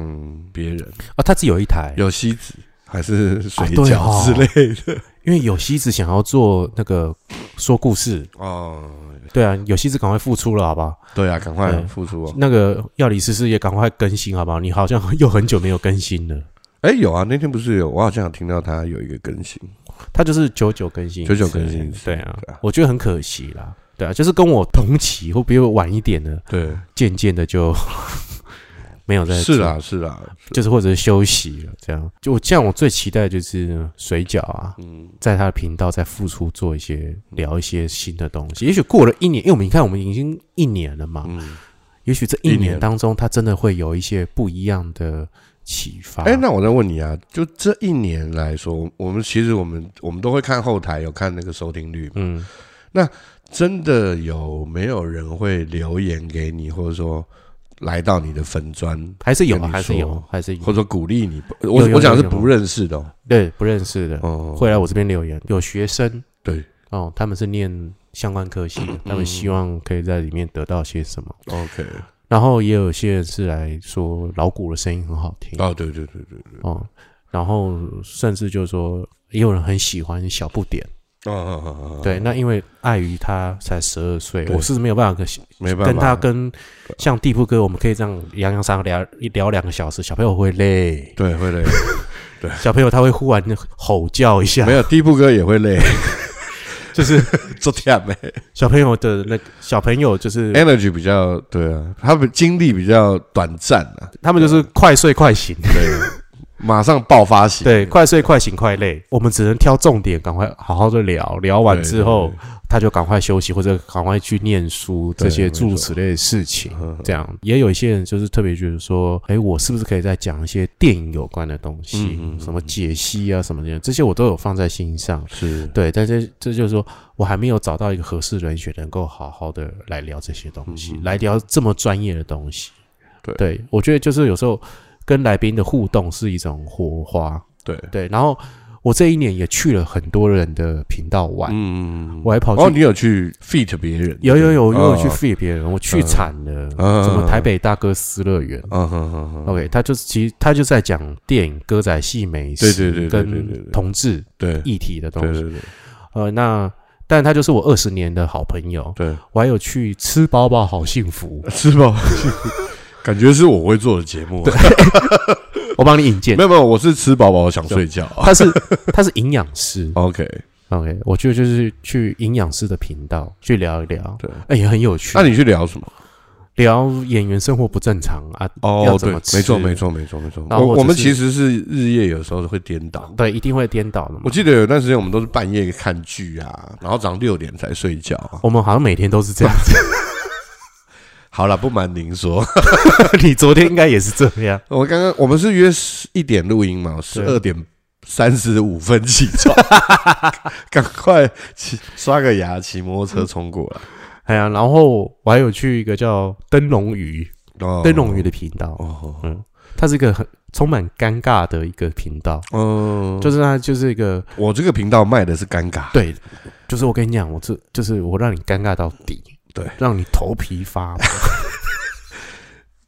Speaker 2: 别人，
Speaker 1: 哦，他自己有一台，
Speaker 2: 有西子还是水
Speaker 1: 啊对哦
Speaker 2: 饺之 类的
Speaker 1: 因为有希子想要做那个说故事，
Speaker 2: 哦。
Speaker 1: 对啊，有希子赶快复出了，好不好？
Speaker 2: 对啊，赶快
Speaker 1: 对
Speaker 2: 付出哦。
Speaker 1: 那个药理师师也赶快更新，好不好？你好像又很久没有更新了，
Speaker 2: 哎，有啊，那天不是有，我好像有听到他有一个更新，
Speaker 1: 他就是久久更新一次，
Speaker 2: 久久更新一次
Speaker 1: 对啊
Speaker 2: 对啊，
Speaker 1: 我觉得很可惜啦。对啊，就是跟我同期或比我晚一点的，
Speaker 2: 对，
Speaker 1: 渐渐的就 没有在
Speaker 2: 是
Speaker 1: 啊，
Speaker 2: 啊，是啊，
Speaker 1: 就是或者是休息了，这样就我这样，我最期待的就是水饺啊，
Speaker 2: 嗯，
Speaker 1: 在他的频道再付出做一些聊一些新的东西。也许过了一年，因为我们你看我们已经一年了嘛，
Speaker 2: 嗯，
Speaker 1: 也许这一
Speaker 2: 一
Speaker 1: 年
Speaker 2: 年
Speaker 1: 当中，他真的会有一些不一样的启发。
Speaker 2: 哎，那我再问你啊，就这一年来说，我们其实我们我们都会看后台，有看那个收听率嘛，
Speaker 1: 嗯，
Speaker 2: 真的有没有人会留言给你，或者说来到你的粉砖，
Speaker 1: 还是有
Speaker 2: 跟
Speaker 1: 啊，
Speaker 2: 你
Speaker 1: 还是
Speaker 2: 说
Speaker 1: 有，还是
Speaker 2: 或者
Speaker 1: 有。
Speaker 2: 说鼓励你？
Speaker 1: 有
Speaker 2: 我
Speaker 1: 有
Speaker 2: 我讲的
Speaker 1: 有
Speaker 2: 是不认识的哦，
Speaker 1: 对，不认识的
Speaker 2: 哦
Speaker 1: 会来我这边留言，有学生
Speaker 2: 对嗯
Speaker 1: 哦，他们是念相关科系的，他们希望可以在里面得到些什么。
Speaker 2: 哦，OK，
Speaker 1: 然后也有些人是来说老鼓的声音很好听
Speaker 2: 哦，对对对对对，
Speaker 1: 哦，然后甚至就是说，也有人很喜欢小不点。
Speaker 2: 哦哦哦哦，哦
Speaker 1: 对，，那因为碍于他才十二岁，
Speaker 2: 对
Speaker 1: 我是没有办法跟
Speaker 2: 没办法，
Speaker 1: 跟他跟像地铺哥，我们可以这样洋洋洒洒聊一聊两个小时，小朋友会 累，
Speaker 2: 对会累，
Speaker 1: 小朋友他会忽然吼叫一下
Speaker 2: 没，有第一步哥也会 累，
Speaker 1: 就是
Speaker 2: 昨天啊没
Speaker 1: 小朋友的那个小朋友就是、
Speaker 2: energy 比较对啊，他们精力比较短暂啊，
Speaker 1: 他们就是快睡快醒，
Speaker 2: 对， 马上爆发型，
Speaker 1: 对，快睡快醒快累，我们只能挑重点，赶快好好的聊，聊完之后他就赶快休息或者赶快去念书这
Speaker 2: 对
Speaker 1: 些
Speaker 2: 没
Speaker 1: 诸如
Speaker 2: 错
Speaker 1: 此类的事情。
Speaker 2: 对，对对
Speaker 1: 这样也有一些人就是特别觉得说，哎，我是不是可以再讲一些电影有关的东西，
Speaker 2: 嗯嗯嗯
Speaker 1: 什么解析啊什么的，这些我都有放在心上。
Speaker 2: 是
Speaker 1: 对，但是这就是说我还没有找到一个合适人选，能够好好的来聊这些东西，
Speaker 2: 嗯嗯
Speaker 1: 来聊这么专业的东西。
Speaker 2: 对
Speaker 1: 我觉得就是有时候跟来宾的互动是一种火花。
Speaker 2: 对，
Speaker 1: 对，然后我这一年也去了很多人的频道玩，
Speaker 2: 嗯，
Speaker 1: 我还跑去、
Speaker 2: 哦，你有去 feat 别人，
Speaker 1: 有有有，我有
Speaker 2: 哦
Speaker 1: 去 feed 别人，我去惨了，
Speaker 2: 嗯
Speaker 1: 什么台北大哥私乐园。
Speaker 2: 嗯哼哼哼，
Speaker 1: OK，他就是其实他就在讲电影、歌仔戏、美食，
Speaker 2: 对对对对对对
Speaker 1: 跟
Speaker 2: 对
Speaker 1: 同志
Speaker 2: 对
Speaker 1: 议题的东
Speaker 2: 对
Speaker 1: 西。
Speaker 2: 对对
Speaker 1: 呃，那但他就是我二十年的好朋友，
Speaker 2: 对。
Speaker 1: 我还有去吃饱饱好幸福，
Speaker 2: 吃饱，感觉是我会做的节目。啊
Speaker 1: 我帮你引荐
Speaker 2: 没。有没有，我是吃饱饱想睡觉。
Speaker 1: 他是 他是营养师
Speaker 2: OK，
Speaker 1: ，OK，我觉得就是去营养师的频道去聊一聊，
Speaker 2: 对。
Speaker 1: 哎，也很有趣。
Speaker 2: 那你去聊什么？
Speaker 1: 聊演员生活不正常啊？要
Speaker 2: 哦，
Speaker 1: 怎
Speaker 2: 对
Speaker 1: 么，吃
Speaker 2: 没错没错没错没错。
Speaker 1: 然后
Speaker 2: 我
Speaker 1: 或者
Speaker 2: 我们
Speaker 1: 是嗯
Speaker 2: 其实是日夜有时候会颠倒。
Speaker 1: 对，一定会颠倒的嘛
Speaker 2: 我。记得有段时间我们都是半夜看剧啊，然后早上六点才睡觉啊。
Speaker 1: 我们好像每天都是这 样，
Speaker 2: 好了，不瞒您说，
Speaker 1: 你昨天应该也是这样。
Speaker 2: 我刚刚我们是约十一点录音嘛，十二点三十五分起床， 赶快骑刷个牙，骑摩托车冲过来。
Speaker 1: 哎呀，然后我还有去一个叫灯笼鱼、
Speaker 2: 哦
Speaker 1: 灯笼鱼的频道，
Speaker 2: 哦，
Speaker 1: 它是一个很充满尴尬的一个频道，
Speaker 2: 嗯，
Speaker 1: 就是它就是一个
Speaker 2: 我这个频道卖的是尴尬，
Speaker 1: 对，就是我跟你讲，我这就是我让你尴尬到底，
Speaker 2: 对
Speaker 1: 让你头皮发 麻。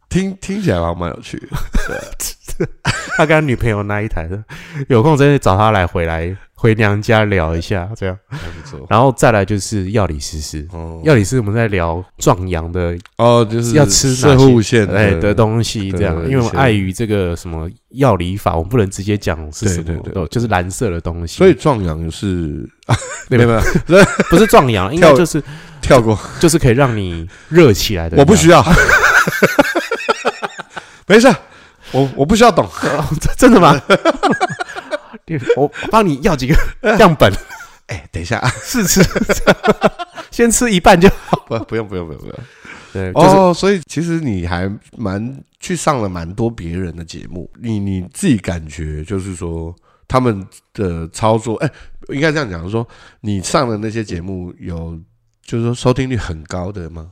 Speaker 2: 听听起来还蛮有趣的。
Speaker 1: 他跟他女朋友那一台的，有空真的找他来回来回娘家聊一下，这样，
Speaker 2: 还不错。
Speaker 1: 然后再来就是药理师师。
Speaker 2: 哦
Speaker 1: 药理师，我们在聊壮阳的
Speaker 2: 哦，就是
Speaker 1: 要吃哪
Speaker 2: 射护线
Speaker 1: 哎的东西，这样
Speaker 2: 对，对
Speaker 1: 因为我
Speaker 2: 一些
Speaker 1: 碍于这个什么药理法，我们不能直接讲是
Speaker 2: 对
Speaker 1: 什么，
Speaker 2: 对对对
Speaker 1: 就是蓝色的东西，
Speaker 2: 所以壮阳是
Speaker 1: 对
Speaker 2: 没
Speaker 1: 吧
Speaker 2: 有没有
Speaker 1: 不是壮阳，应该
Speaker 2: 跳
Speaker 1: 就是
Speaker 2: 跳过，
Speaker 1: 就是可以让你热起来的药。
Speaker 2: 我不需要， 没事，我我不需要懂，
Speaker 1: 真的 吗？我帮你要几个 样 本
Speaker 2: 哎，等一下，
Speaker 1: 试吃，先吃一半就
Speaker 2: 不不用不用不用不用。
Speaker 1: 对，就是、
Speaker 2: 哦，所以其实你还蛮去上了蛮多别人的节目，你你自己感觉就是说他们的操作，哎、应该这样讲，说你上的那些节目有，就是说收听率很高的吗？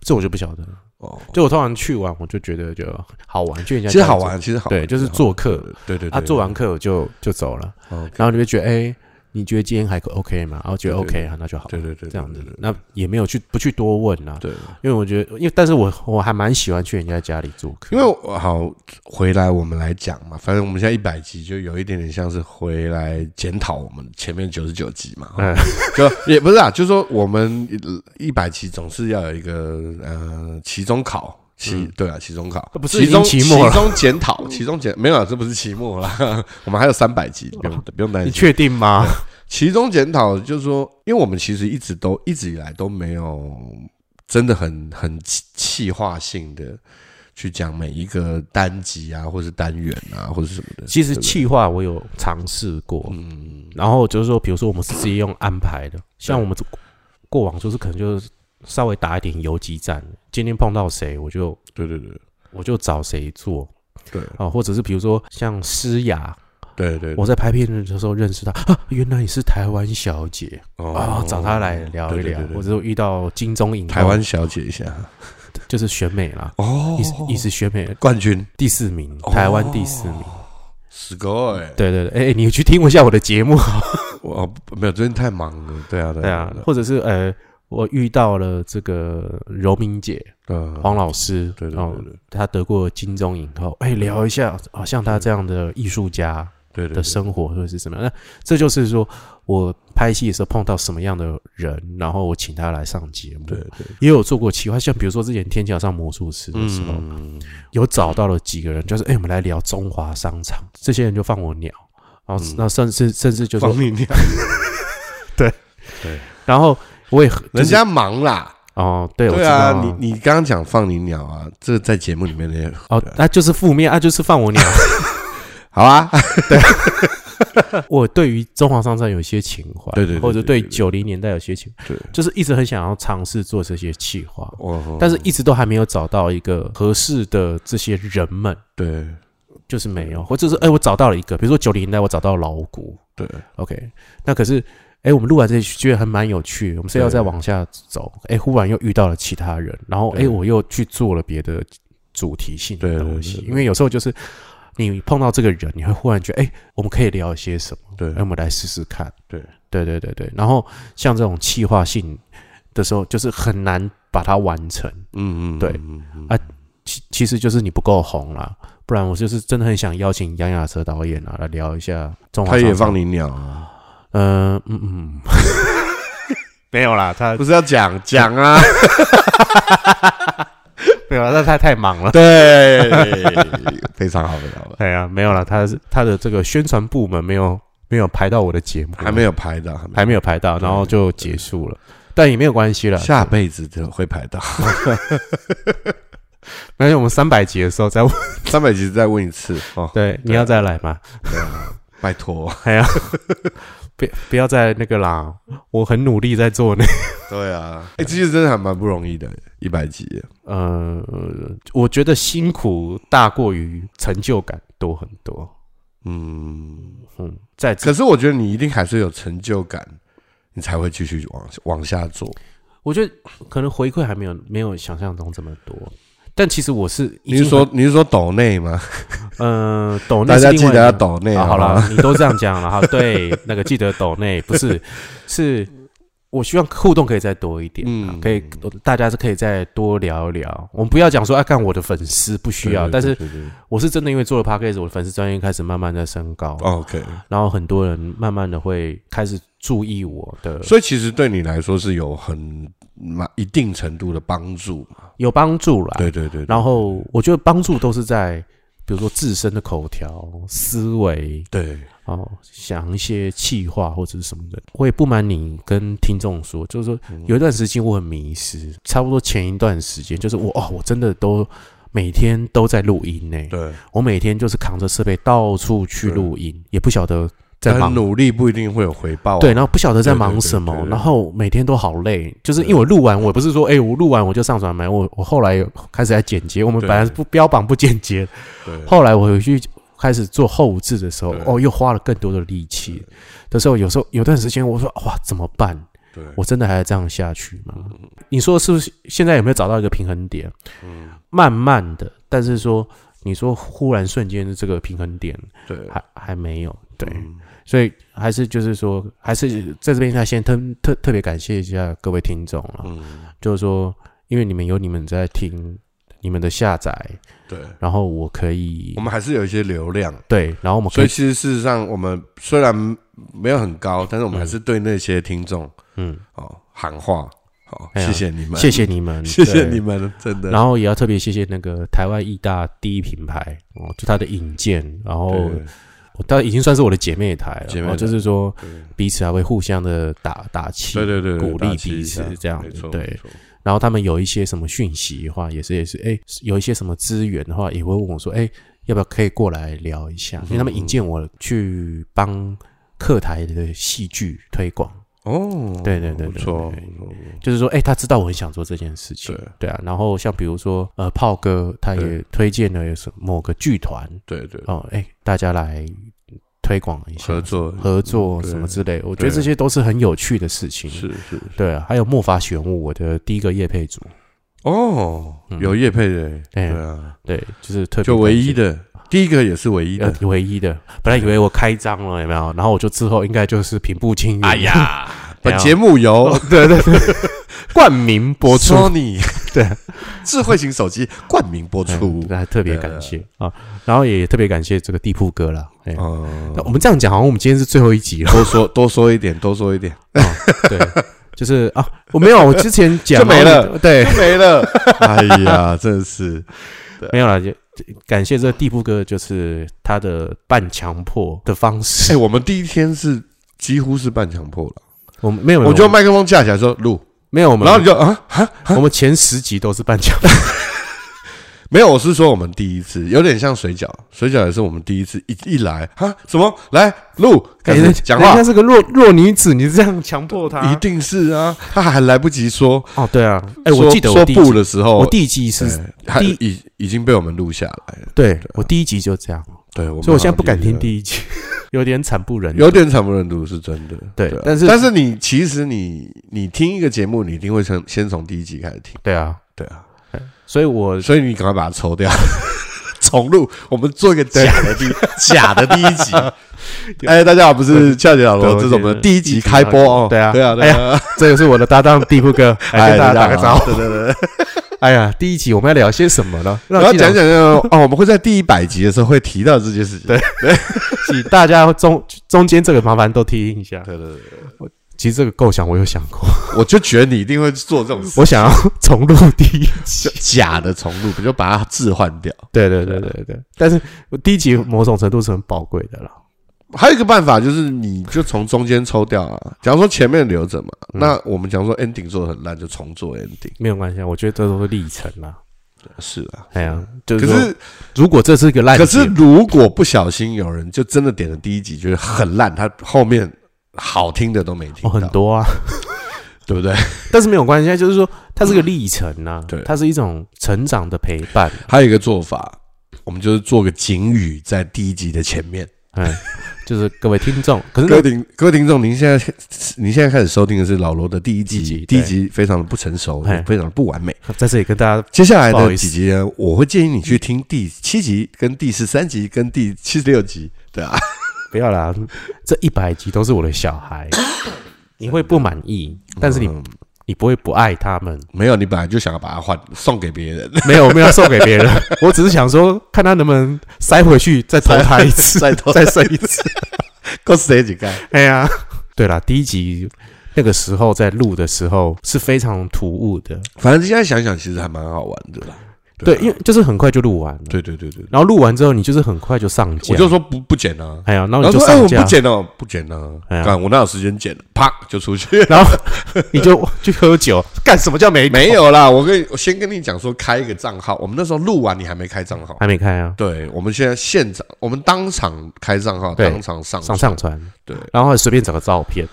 Speaker 1: 这我就不晓得了。
Speaker 2: 哦，
Speaker 1: 就我通常去完，我就觉得就好玩，去人家
Speaker 2: 其实
Speaker 1: 家里
Speaker 2: 好
Speaker 1: 做，
Speaker 2: 玩，其实好玩，
Speaker 1: 对，就是做客。
Speaker 2: 对，对对对，
Speaker 1: 他做完课我就就走了，
Speaker 2: 哦，
Speaker 1: 然后你就觉得，哎，你觉得今天还可 OK 吗？然后觉得
Speaker 2: 对对
Speaker 1: OK 啊，那就好，
Speaker 2: 对对对，
Speaker 1: 这样子
Speaker 2: 对，
Speaker 1: 那也没有去不去多问啊，
Speaker 2: 对对，
Speaker 1: 因为我觉得，因为但是我我还蛮喜欢去人家家里做客，
Speaker 2: 因为我好回来我们来讲嘛，反正我们现在一百集就有一点点像是回来检讨我们前面九十九集嘛，
Speaker 1: 嗯
Speaker 2: 就也不是啊，就是说我们一百集总是要有一个呃期中考。期、对啊，期中考
Speaker 1: 嗯不是已
Speaker 2: 期
Speaker 1: 经
Speaker 2: 中
Speaker 1: 期末了
Speaker 2: 期中检讨，期中检没有啊，这不是期末啦， 我们还有三百集，不用不用
Speaker 1: 你
Speaker 2: 担心。
Speaker 1: 确定吗？
Speaker 2: 其中检讨就是说，因为我们其实一直都一直以来都没有真的很很气气化性的去讲每一个单集啊，或是单元啊，或是什么的。
Speaker 1: 其实
Speaker 2: 对不对
Speaker 1: 气化我有尝试过，
Speaker 2: 嗯，
Speaker 1: 然后就是说，比如说我们是直接用安排的，像我们过往就是可能就是稍微打一点游击战，今天碰到谁我就
Speaker 2: 对对对
Speaker 1: 我就找谁做
Speaker 2: 对
Speaker 1: 啊，或者是比如说像诗雅，
Speaker 2: 对对，
Speaker 1: 我在拍片的时候认识她啊，原来你是台湾小姐啊，
Speaker 2: 哦
Speaker 1: 找她来聊一
Speaker 2: 对对
Speaker 1: 聊
Speaker 2: 对，对
Speaker 1: 或者说遇到金钟影后哦
Speaker 2: 台湾小姐一下
Speaker 1: 就是选美啦，
Speaker 2: 哦
Speaker 1: 你是你是选美
Speaker 2: 冠军，
Speaker 1: 第四名，
Speaker 2: 哦
Speaker 1: 台湾第四名，
Speaker 2: 死狗哎，
Speaker 1: 对对对，哎，你去听一下我的节目
Speaker 2: 我哦不没有，最近太忙了，对啊对
Speaker 1: 对啊，或者是呃，我遇到了这个柔敏姐
Speaker 2: 嗯，
Speaker 1: 黄老师，
Speaker 2: 对对
Speaker 1: 哦
Speaker 2: 对对
Speaker 1: 她得过金钟影后，哎，聊一下，好、像她这样的艺术家
Speaker 2: 对对
Speaker 1: 的
Speaker 2: 对
Speaker 1: 生活或者是什么样，那这就是说我拍戏的时候碰到什么样的人，然后我请她来上节目，
Speaker 2: 对对，
Speaker 1: 也有做过企划，像比如说之前天桥上魔术师的时候，
Speaker 2: 嗯，
Speaker 1: 有找到了几个人，就是哎，我们来聊中华商场，这些人就放我鸟。然后，那甚至甚至就说，
Speaker 2: 嗯放你娘，
Speaker 1: 然后我也很就
Speaker 2: 人
Speaker 1: 是
Speaker 2: 家忙啦。
Speaker 1: 哦，对，我
Speaker 2: 对
Speaker 1: 知道
Speaker 2: 啊，你你刚刚讲放你鸟啊，这在节目里面也
Speaker 1: 哦，那、就是负面啊，就是放我鸟。
Speaker 2: 好 啊，
Speaker 1: 我对于中华商场有一些情怀，
Speaker 2: 对对对
Speaker 1: 或者
Speaker 2: 对
Speaker 1: 对
Speaker 2: 对对
Speaker 1: 九零年代有些情，
Speaker 2: 对，哦
Speaker 1: 就是一直很想要尝试做这些企划，
Speaker 2: 我
Speaker 1: 哦但是一直都还没有找到一个合适的这些人们，
Speaker 2: 对
Speaker 1: 就是没有，或者是哎、我找到了一个，比如说九零年代我找到老谷
Speaker 2: 对
Speaker 1: ，OK，那可是。哎，我们录完这期觉得还蛮有趣的，我们是要
Speaker 2: 对
Speaker 1: 再往下走。哎，忽然又遇到了其他人，然后哎，
Speaker 2: 对
Speaker 1: 我又去做了别的主题性
Speaker 2: 对
Speaker 1: 的
Speaker 2: 对
Speaker 1: 东
Speaker 2: 对
Speaker 1: 西。
Speaker 2: 对
Speaker 1: 因为有时候就是你碰到这个人，你会忽然觉得，哎，我们可以聊一些什么。
Speaker 2: 对
Speaker 1: 那我们来试试看。
Speaker 2: 对，
Speaker 1: 对对对对。然后像这种气化性的时候，就是很难把它完成。
Speaker 2: 嗯嗯
Speaker 1: 对
Speaker 2: 嗯
Speaker 1: 啊其其实就是你不够红啦，不然我就是真的很想邀请杨雅哲导演啊来聊一下中华。
Speaker 2: 他也放，你鸟啊，
Speaker 1: 呃，嗯嗯， 没有啦，他
Speaker 2: 不是要讲 讲啊，
Speaker 1: 没有啦，那他太忙了。
Speaker 2: 对，非常好，非常好，
Speaker 1: 哎呀，没有啦，他是他的这个宣传部门没有没有排到我的节目，
Speaker 2: 还没有排到，还没
Speaker 1: 还没有排到，然后就结束了。但也没有关系了，
Speaker 2: 下辈子就会排到，
Speaker 1: 而且我们三百集的时候再问，
Speaker 2: 三百集再问一次哦，
Speaker 1: 对，你要再来吗？
Speaker 2: 拜托，
Speaker 1: 哎呀，不不要再那个啦，我很努力在做那
Speaker 2: 对啊，哎，其实真的还蛮不容易的，一百集，
Speaker 1: 呃，我觉得辛苦大过于成就感多很多。
Speaker 2: 嗯，
Speaker 1: 嗯，在这
Speaker 2: 可是我觉得你一定还是有成就感，你才会继续往往下做，
Speaker 1: 我觉得可能回馈还没有没有想象中这么多，但其实我是已
Speaker 2: 你是
Speaker 1: 经
Speaker 2: 说你是说抖内吗？
Speaker 1: 呃抖内
Speaker 2: 大
Speaker 1: 是
Speaker 2: 家
Speaker 1: 另
Speaker 2: 记
Speaker 1: 外
Speaker 2: 得
Speaker 1: 一
Speaker 2: 要
Speaker 1: 个
Speaker 2: 抖内
Speaker 1: 啊，好
Speaker 2: 了，
Speaker 1: 了，你都这样讲了哈，对，那个记得抖内不 是是。我希望互动可以再多一点、啊，
Speaker 2: 嗯
Speaker 1: 可以大家是可以再多聊一聊。我们不要讲说啊，干我的粉丝不需要，
Speaker 2: 对
Speaker 1: 但是
Speaker 2: 对对对
Speaker 1: 我是真的因为做了 podcast，我的粉丝专业开始慢慢在升高。
Speaker 2: 哦 OK，
Speaker 1: 然后很多人慢慢的会开始注意我的，
Speaker 2: 所以其实对你来说是有很蛮一定程度的帮助嘛。
Speaker 1: 有帮助啦。
Speaker 2: 对对对，
Speaker 1: 然后我觉得帮助都是在，比如说自身的口条、思维
Speaker 2: 对
Speaker 1: 哦，想一些气话或者是什么的。我也不瞒你跟听众说，就是说
Speaker 2: 嗯
Speaker 1: 有一段时间我很迷失，差不多前一段时间，就是我哦，我真的都。每天都在录音呢、
Speaker 2: 对，
Speaker 1: 我每天就是扛着设备到处去录音，也不晓得在忙
Speaker 2: 但努力不一定会有回报啊。
Speaker 1: 对，然后不晓得在
Speaker 2: 对对
Speaker 1: 忙
Speaker 2: 对
Speaker 1: 什
Speaker 2: 对
Speaker 1: 么，
Speaker 2: 对
Speaker 1: 然后每天都好累，就是因为我录完，我不是说，哎、我录完我就上传买，我我后来有开始在剪接，我们
Speaker 2: 对
Speaker 1: 本来不标榜不剪接，
Speaker 2: 对
Speaker 1: 后来我回去开始做后置的时候
Speaker 2: 对，
Speaker 1: 哦，又花了更多的力气的时候，有时候有段时间我说哇怎么办？
Speaker 2: 对，嗯
Speaker 1: 我真的还要这样下去吗？你说是不是？现在有没有找到一个平衡点？
Speaker 2: 嗯
Speaker 1: 慢慢的，但是说你说忽然瞬间的这个平衡点
Speaker 2: 对，
Speaker 1: 还还没有，对，
Speaker 2: 嗯
Speaker 1: 所以还是就是说，还是在这边要先特特特别感谢一下各位听众啊，
Speaker 2: 嗯，
Speaker 1: 就是说，因为你们有你们在听，你们的下载，
Speaker 2: 对，
Speaker 1: 然后我可以
Speaker 2: 我们还是有一些流量。
Speaker 1: 对，然后我们
Speaker 2: 所
Speaker 1: 可
Speaker 2: 以
Speaker 1: 以
Speaker 2: 其实事实上，我们虽然没有很高，但是我们还是对那些听众
Speaker 1: 嗯，
Speaker 2: 哦喊话，好，
Speaker 1: 哎呀
Speaker 2: 谢谢你们，
Speaker 1: 谢谢你们，
Speaker 2: 谢谢
Speaker 1: 对
Speaker 2: 你。们，真的。
Speaker 1: 然后也要特别谢谢那个台湾义大第一品牌哦，就它的引荐，然后
Speaker 2: 对
Speaker 1: 我当然已经算是我的姐妹台了，
Speaker 2: 姐妹
Speaker 1: 哦
Speaker 2: 台
Speaker 1: 就是说彼此还会互相的打打气，
Speaker 2: 对对对，对
Speaker 1: 鼓励
Speaker 2: 打气
Speaker 1: 彼此
Speaker 2: 一下
Speaker 1: 这样
Speaker 2: 没
Speaker 1: 子
Speaker 2: 错，
Speaker 1: 对
Speaker 2: 没错，
Speaker 1: 然后他们有一些什么讯息的话，也是也是，哎，有一些什么资源的话，也会问我说，哎，要不要可以过来聊一
Speaker 2: 嗯
Speaker 1: 下？因为他们引荐我去帮客台的戏剧推广，
Speaker 2: 哦，
Speaker 1: 对对对对
Speaker 2: 不错，
Speaker 1: 对
Speaker 2: 不错
Speaker 1: 就是说，哎，他知道我很想做这件事情，
Speaker 2: 嗯对
Speaker 1: 对啊。然后像比如说，呃，炮哥他也
Speaker 2: 对
Speaker 1: 推荐了什某个剧团
Speaker 2: 对对，
Speaker 1: 哦，哎，大家来推广一下
Speaker 2: 合作
Speaker 1: 合作
Speaker 2: 对
Speaker 1: 什么之类，我觉得
Speaker 2: 对
Speaker 1: 这些都是很有趣的事情。
Speaker 2: 是是
Speaker 1: 对啊，还有魔法玄武，我的第一个业配组，
Speaker 2: 哦
Speaker 1: 嗯，
Speaker 2: 有叶配的，
Speaker 1: 哎
Speaker 2: 对啊，
Speaker 1: 对，就是特别
Speaker 2: 就唯一
Speaker 1: 的。
Speaker 2: 的，第一个也是唯一
Speaker 1: 呃
Speaker 2: 的，，
Speaker 1: 唯一的。本来以为我开张了，有没有？然后我就之后应该就是平步青云。
Speaker 2: 哎，呀，
Speaker 1: 没有
Speaker 2: 本节目由
Speaker 1: 对对对， 冠名播出。
Speaker 2: Sony
Speaker 1: 对
Speaker 2: 智慧型手机冠名播出
Speaker 1: 嗯，那特别感谢啊，然后也特别感谢这个地铺哥啦。哎
Speaker 2: 哦
Speaker 1: 那我们这样讲，好像我们今天是最后一集了。
Speaker 2: 多说多说一点，多说一点
Speaker 1: 对，就是啊，我没有，我之前讲
Speaker 2: 就没了，
Speaker 1: 对
Speaker 2: 就，没了。哎呀，真是
Speaker 1: 没有了。就感谢这个地铺哥，就是他的半强迫的方
Speaker 2: 哎，
Speaker 1: 式。
Speaker 2: 我们第一天是几乎是半强迫了，
Speaker 1: 我们没有，没有
Speaker 2: 我就麦克风架起来说录，
Speaker 1: 没有，我们
Speaker 2: 然后你就啊，
Speaker 1: 我们前十集都是半强迫。
Speaker 2: 没有，我是说我们第一次有点像水饺，水饺也是我们第一次一一来哈，什么来录开始讲
Speaker 1: 人
Speaker 2: 话
Speaker 1: 家，是个弱弱女子，你这样强迫她，
Speaker 2: 一定是啊，他还来不及说，
Speaker 1: 哦，对啊，哎、我
Speaker 2: 说
Speaker 1: 记得我
Speaker 2: 说
Speaker 1: 第一
Speaker 2: 不
Speaker 1: 集
Speaker 2: 的时候，
Speaker 1: 我第一集是，
Speaker 2: 对他
Speaker 1: 第一
Speaker 2: 已已经被我们录下来了，
Speaker 1: 对我第一集就这样，
Speaker 2: 对，我们
Speaker 1: 所以我现在不敢
Speaker 2: 好像
Speaker 1: 听第一集，有点惨不忍睹。
Speaker 2: 有点惨不忍睹是真的，
Speaker 1: 对
Speaker 2: 啊
Speaker 1: 但是
Speaker 2: 但是你其实你你听一个节目，你一定会从先从第一集开始听，
Speaker 1: 对啊，
Speaker 2: 对啊，
Speaker 1: 所以我
Speaker 2: 所以你赶快把它抽掉， 重录，我们做一个假的第假的第一 集。哎，大家好，不是俏姐老罗，
Speaker 1: 对
Speaker 2: 这是我们的
Speaker 1: 第
Speaker 2: 第
Speaker 1: 一
Speaker 2: 一
Speaker 1: 集
Speaker 2: 集开播哦。
Speaker 1: 对啊
Speaker 2: 对啊，对啊。哎
Speaker 1: 这个是我的搭档地铺 哥，来跟大哎家打个招呼。
Speaker 2: 呼。对对 对。对
Speaker 1: 哎呀，第一集我们要聊些什么 呢？
Speaker 2: 然后
Speaker 1: 既
Speaker 2: 讲讲讲哦，我们会在第一百集的时候会提到这件事情。对
Speaker 1: 请大家中中间这个麻烦都听一下。
Speaker 2: 对对对，
Speaker 1: 其实这个构想我有想过，
Speaker 2: 我就觉得你一定会做这种 事
Speaker 1: 我想要重录第一集。
Speaker 2: 假的重录，不就把它置换掉？
Speaker 1: 对对对对对，但是我第一集某种程度是很宝贵的了。
Speaker 2: 还有一个办法就是，你就从中间抽掉啊。假如说前面留着嘛，
Speaker 1: 嗯
Speaker 2: 那我们讲说 ending 做的很烂，就重做 ending。
Speaker 1: 没有关系，啊，我觉得这都是历程啦。
Speaker 2: 是啊，
Speaker 1: 哎呀，就
Speaker 2: 可
Speaker 1: 是说
Speaker 2: 是
Speaker 1: 如果这是一个烂
Speaker 2: 可
Speaker 1: 节
Speaker 2: 是
Speaker 1: 目，
Speaker 2: 如果不小心有人就真的点了第一集，觉得很烂，他后面好听的都没
Speaker 1: 哦
Speaker 2: 听到，
Speaker 1: 很，多啊，
Speaker 2: 对不对？
Speaker 1: 但是没有关系，就是说它是个历程呐、
Speaker 2: 对
Speaker 1: 它是一种成长的陪伴。
Speaker 2: 还有一个做法，我们就是做个警语在第一集的前面。
Speaker 1: 嗯，就是各位听众，可是
Speaker 2: 各位
Speaker 1: 那
Speaker 2: 听各位听众，您现在您现在开始收听的是老罗的第一
Speaker 1: 第一
Speaker 2: 集
Speaker 1: 集，
Speaker 2: 第一
Speaker 1: 对
Speaker 2: 集非常的不成熟
Speaker 1: 哎，
Speaker 2: 非常的不完美。
Speaker 1: 在这里跟大家
Speaker 2: 接下来
Speaker 1: 不好
Speaker 2: 的
Speaker 1: 意思
Speaker 2: 几集呢，我会建议你去听第七集、跟第十三集、跟第七十六集，对啊，
Speaker 1: 不要啦，这一百集都是我的小孩，你会不满意，但是你、
Speaker 2: 嗯
Speaker 1: 你不会不爱他们。
Speaker 2: 没有，你本来就想要把它换送给别人，
Speaker 1: 没有，我没有要送给别人， 我只是想说，看他能不能塞回去，再投胎一次，
Speaker 2: 再投
Speaker 1: 再生一次。
Speaker 2: 够谁几个？
Speaker 1: 哎呀，对啦，第一集那个时候在录的时候是非常突兀的，
Speaker 2: 反正现在想想，其实还蛮好玩的啦。
Speaker 1: 对，
Speaker 2: 啊
Speaker 1: 因为就是很快就录完了。
Speaker 2: 对对对对，
Speaker 1: 然后录完之后，你就是很快就上架，
Speaker 2: 我就说不不剪啊，
Speaker 1: 哎呀，然后
Speaker 2: 然
Speaker 1: 你
Speaker 2: 后
Speaker 1: 就
Speaker 2: 说哎
Speaker 1: 上
Speaker 2: 我
Speaker 1: 架，
Speaker 2: 不剪了，不剪了，
Speaker 1: 哎呀
Speaker 2: 干我哪有时间剪？啪就出去，
Speaker 1: 然后你就去喝酒，干什么叫没
Speaker 2: 没有啦。我跟你我先跟你讲说开一个账号，我们那时候录完你还没开账号，
Speaker 1: 还没开啊？
Speaker 2: 对，我们现在现场我们当场开账号，
Speaker 1: 对
Speaker 2: 当场上
Speaker 1: 上
Speaker 2: 传
Speaker 1: 上传，
Speaker 2: 对，
Speaker 1: 然后随便找个照片，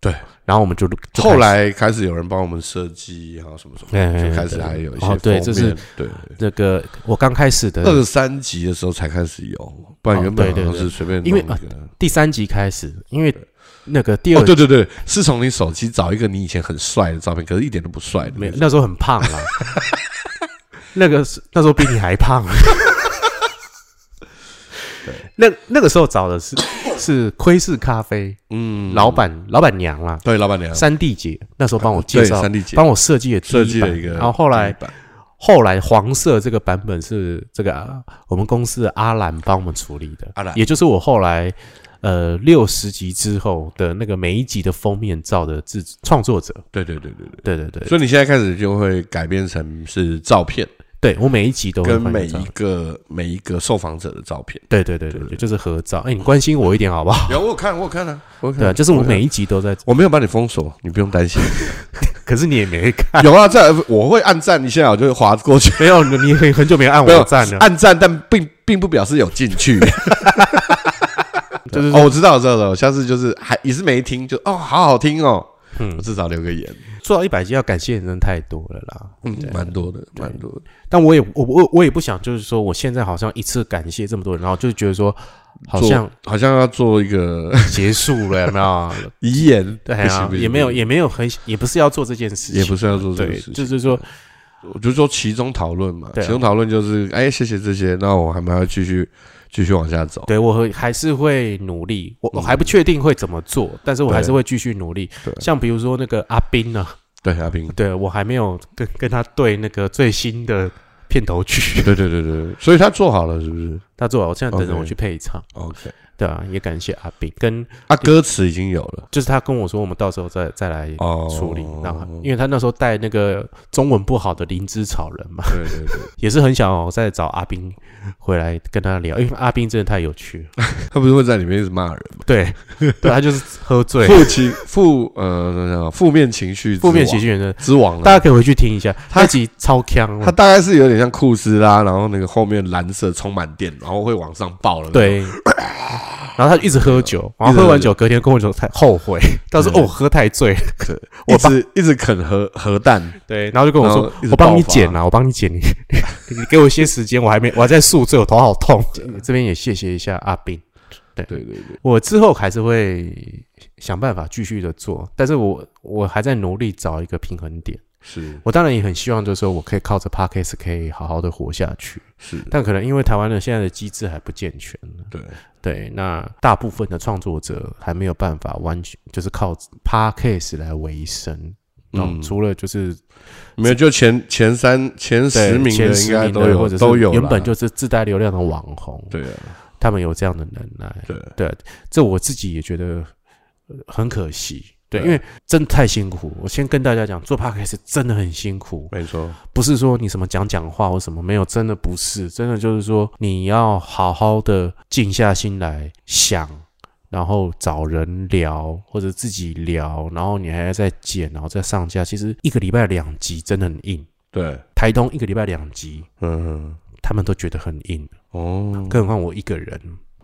Speaker 2: 对，
Speaker 1: 然然后我们就就开始
Speaker 2: 后来开始有人帮我们设计，然后什么什
Speaker 1: 哎哎
Speaker 2: 么，
Speaker 1: 哎
Speaker 2: 就开始还有一些
Speaker 1: 哦对这是呃
Speaker 2: 封面
Speaker 1: 这
Speaker 2: 对
Speaker 1: 个我刚开始的
Speaker 2: 二三集的时候才开始有，不然原
Speaker 1: 哦
Speaker 2: 本
Speaker 1: 对对
Speaker 2: 好像是随便
Speaker 1: 因为
Speaker 2: 弄一个
Speaker 1: 第三集开始，因为那个第
Speaker 2: 哦，
Speaker 1: 二
Speaker 2: 对对对，是从你手机找一个你以前很帅的照片，可是一点都不帅的
Speaker 1: 没有
Speaker 2: 那种。
Speaker 1: 那时候很胖啦， 那个是那时候比你还 胖。那那个时候找的是是窥视咖啡
Speaker 2: 嗯，
Speaker 1: 老板老板娘啦，
Speaker 2: 对老板娘
Speaker 1: 三弟姐那时候帮我介
Speaker 2: 对
Speaker 1: 绍，
Speaker 2: 三 D 姐
Speaker 1: 帮我设计的第
Speaker 2: 设
Speaker 1: 一
Speaker 2: 计
Speaker 1: 版
Speaker 2: 了一个，嗯
Speaker 1: 然后后来
Speaker 2: 第一版
Speaker 1: 后来黄色这个版本是这个啊我们公司的阿兰帮我们处理的，
Speaker 2: 阿兰
Speaker 1: 也就是我后来呃六十集之后的那个每一集的封面照的制创作者，
Speaker 2: 对对对对对，
Speaker 1: 对对对，
Speaker 2: 所以你现在开始就会改变成是照片，
Speaker 1: 对我每一集都会
Speaker 2: 跟
Speaker 1: 换
Speaker 2: 每
Speaker 1: 照
Speaker 2: 一个每一个受访者的照片。
Speaker 1: 对对对对对，就是合照。哎，你关心我一点好不好？
Speaker 2: 有我有看我有看啊，我有看
Speaker 1: 对啊，就是我
Speaker 2: 有看
Speaker 1: 每一集都在，
Speaker 2: 我没有把你封锁，你不 用担心。
Speaker 1: 可是你也没看，
Speaker 2: 有啊，在我会按赞，你现在我就会划过去。
Speaker 1: 没有你你很很久没按
Speaker 2: 没 有
Speaker 1: 我赞啊了，
Speaker 2: 按赞，但并并不表示有进 去。
Speaker 1: 就是
Speaker 2: 哦，我知道，我知道，我知道，下次就是还也是没听，就哦，好好听哦，
Speaker 1: 嗯
Speaker 2: 我至少留个言，
Speaker 1: 做到一百集要感谢的人太多了啦。
Speaker 2: 嗯，蛮多的，蛮多的，
Speaker 1: 但我也我我我也不想，就是说我现在好像一次感谢这么多人，然后就觉得说好像
Speaker 2: 做好像要做一个
Speaker 1: 结束了，有没 有？
Speaker 2: 遗言，
Speaker 1: 对
Speaker 2: 不行
Speaker 1: 啊，
Speaker 2: 不行
Speaker 1: 也没有
Speaker 2: 不行
Speaker 1: 也没有很也不是要做这件事情，
Speaker 2: 也不是要做这个
Speaker 1: 对，
Speaker 2: 事情，
Speaker 1: 就是说
Speaker 2: 我就说其中讨论嘛，
Speaker 1: 对
Speaker 2: 其
Speaker 1: 啊
Speaker 2: 中讨论就是，哎，谢谢这些，那我还蛮要继续继续往下走，
Speaker 1: 对我会还是会努力，我我
Speaker 2: 嗯
Speaker 1: 还不确定会怎么做，但是我
Speaker 2: 对
Speaker 1: 还是会继续努力
Speaker 2: 对。
Speaker 1: 像比如说那个阿斌啊，
Speaker 2: 对，阿平，
Speaker 1: 对我还没有跟跟他对那个最新的片头曲，
Speaker 2: 对对对对，对所以他做好了是不是
Speaker 1: 他做完，我现在等着
Speaker 2: OK
Speaker 1: 我去配唱。
Speaker 2: ？OK，
Speaker 1: 对啊，也感谢阿斌，跟
Speaker 2: 啊，歌词已经有了
Speaker 1: 就是他跟我说，我们到时候再再来
Speaker 2: 哦，
Speaker 1: 处理。然后，因为他那时候带那个中文不好的灵芝草人嘛，
Speaker 2: 对对对，
Speaker 1: 也是很想我再找阿斌回来跟他聊，因为阿斌真的太有趣了。
Speaker 2: 他不是会在里面一直骂人吗。
Speaker 1: 对， 对他就是喝 醉，
Speaker 2: 负情负呃那叫负面情绪之
Speaker 1: 负面
Speaker 2: 王
Speaker 1: 喜剧人生，
Speaker 2: 之王
Speaker 1: 大
Speaker 2: 啦，
Speaker 1: 家可以回去听一下，
Speaker 2: 他
Speaker 1: 那集超强哦
Speaker 2: 他。大概是有点像库斯拉，然后那个后面蓝色充满电，然后会往上爆了。，
Speaker 1: 对，然后他一直喝酒，然
Speaker 2: 一直
Speaker 1: 后
Speaker 2: 喝
Speaker 1: 喝完
Speaker 2: 酒
Speaker 1: 酒隔天跟我说才后 悔，他说
Speaker 2: 对
Speaker 1: 哦喝太醉了，
Speaker 2: 一直一直啃核核弹，
Speaker 1: 对，然后就跟我
Speaker 2: 然
Speaker 1: 说
Speaker 2: 后一直
Speaker 1: 我帮你
Speaker 2: 爆发
Speaker 1: 剪啊，我帮你剪， 你你给我一些时间，我还没我还在宿醉，我头好痛。 这边也谢谢一下阿斌，
Speaker 2: 对对对，
Speaker 1: 我之后还是会想办法继续的做，但是我我还在努力找一个平衡点。
Speaker 2: 是
Speaker 1: 我当然也很希望，就是说我可以靠着 podcast 可以好好的活下去，
Speaker 2: 是，
Speaker 1: 但可能因为台湾的现在的机制还不健全，
Speaker 2: 对
Speaker 1: 对，那大部分的创作者还没有办法完全就是靠 podcast 来维生。嗯，除了就是
Speaker 2: 没有就前前三前十
Speaker 1: 对
Speaker 2: 名
Speaker 1: 前
Speaker 2: 的应
Speaker 1: 十
Speaker 2: 该
Speaker 1: 名
Speaker 2: 都
Speaker 1: 的，或者
Speaker 2: 有
Speaker 1: 是
Speaker 2: 都有啦，
Speaker 1: 原本就是自带流量的网红，
Speaker 2: 对啊
Speaker 1: 他们有这样的能耐。
Speaker 2: 对
Speaker 1: 对，这我自己也觉得呃很可惜。对，
Speaker 2: 对
Speaker 1: 因为真的太辛苦。我先跟大家讲，做 podcast 真的很辛苦，
Speaker 2: 没错，
Speaker 1: 不是说你什么讲讲话或什么没有，真的不是，真的就是说你要好好的静下心来想，然后找人聊或者自己聊，然后你还要再剪，然后再上架。其实一个礼拜两集真的很硬，
Speaker 2: 对，
Speaker 1: 台东一个礼拜两集，
Speaker 2: 嗯
Speaker 1: 他们都觉得很硬。
Speaker 2: 哦，
Speaker 1: 更何况我一个人，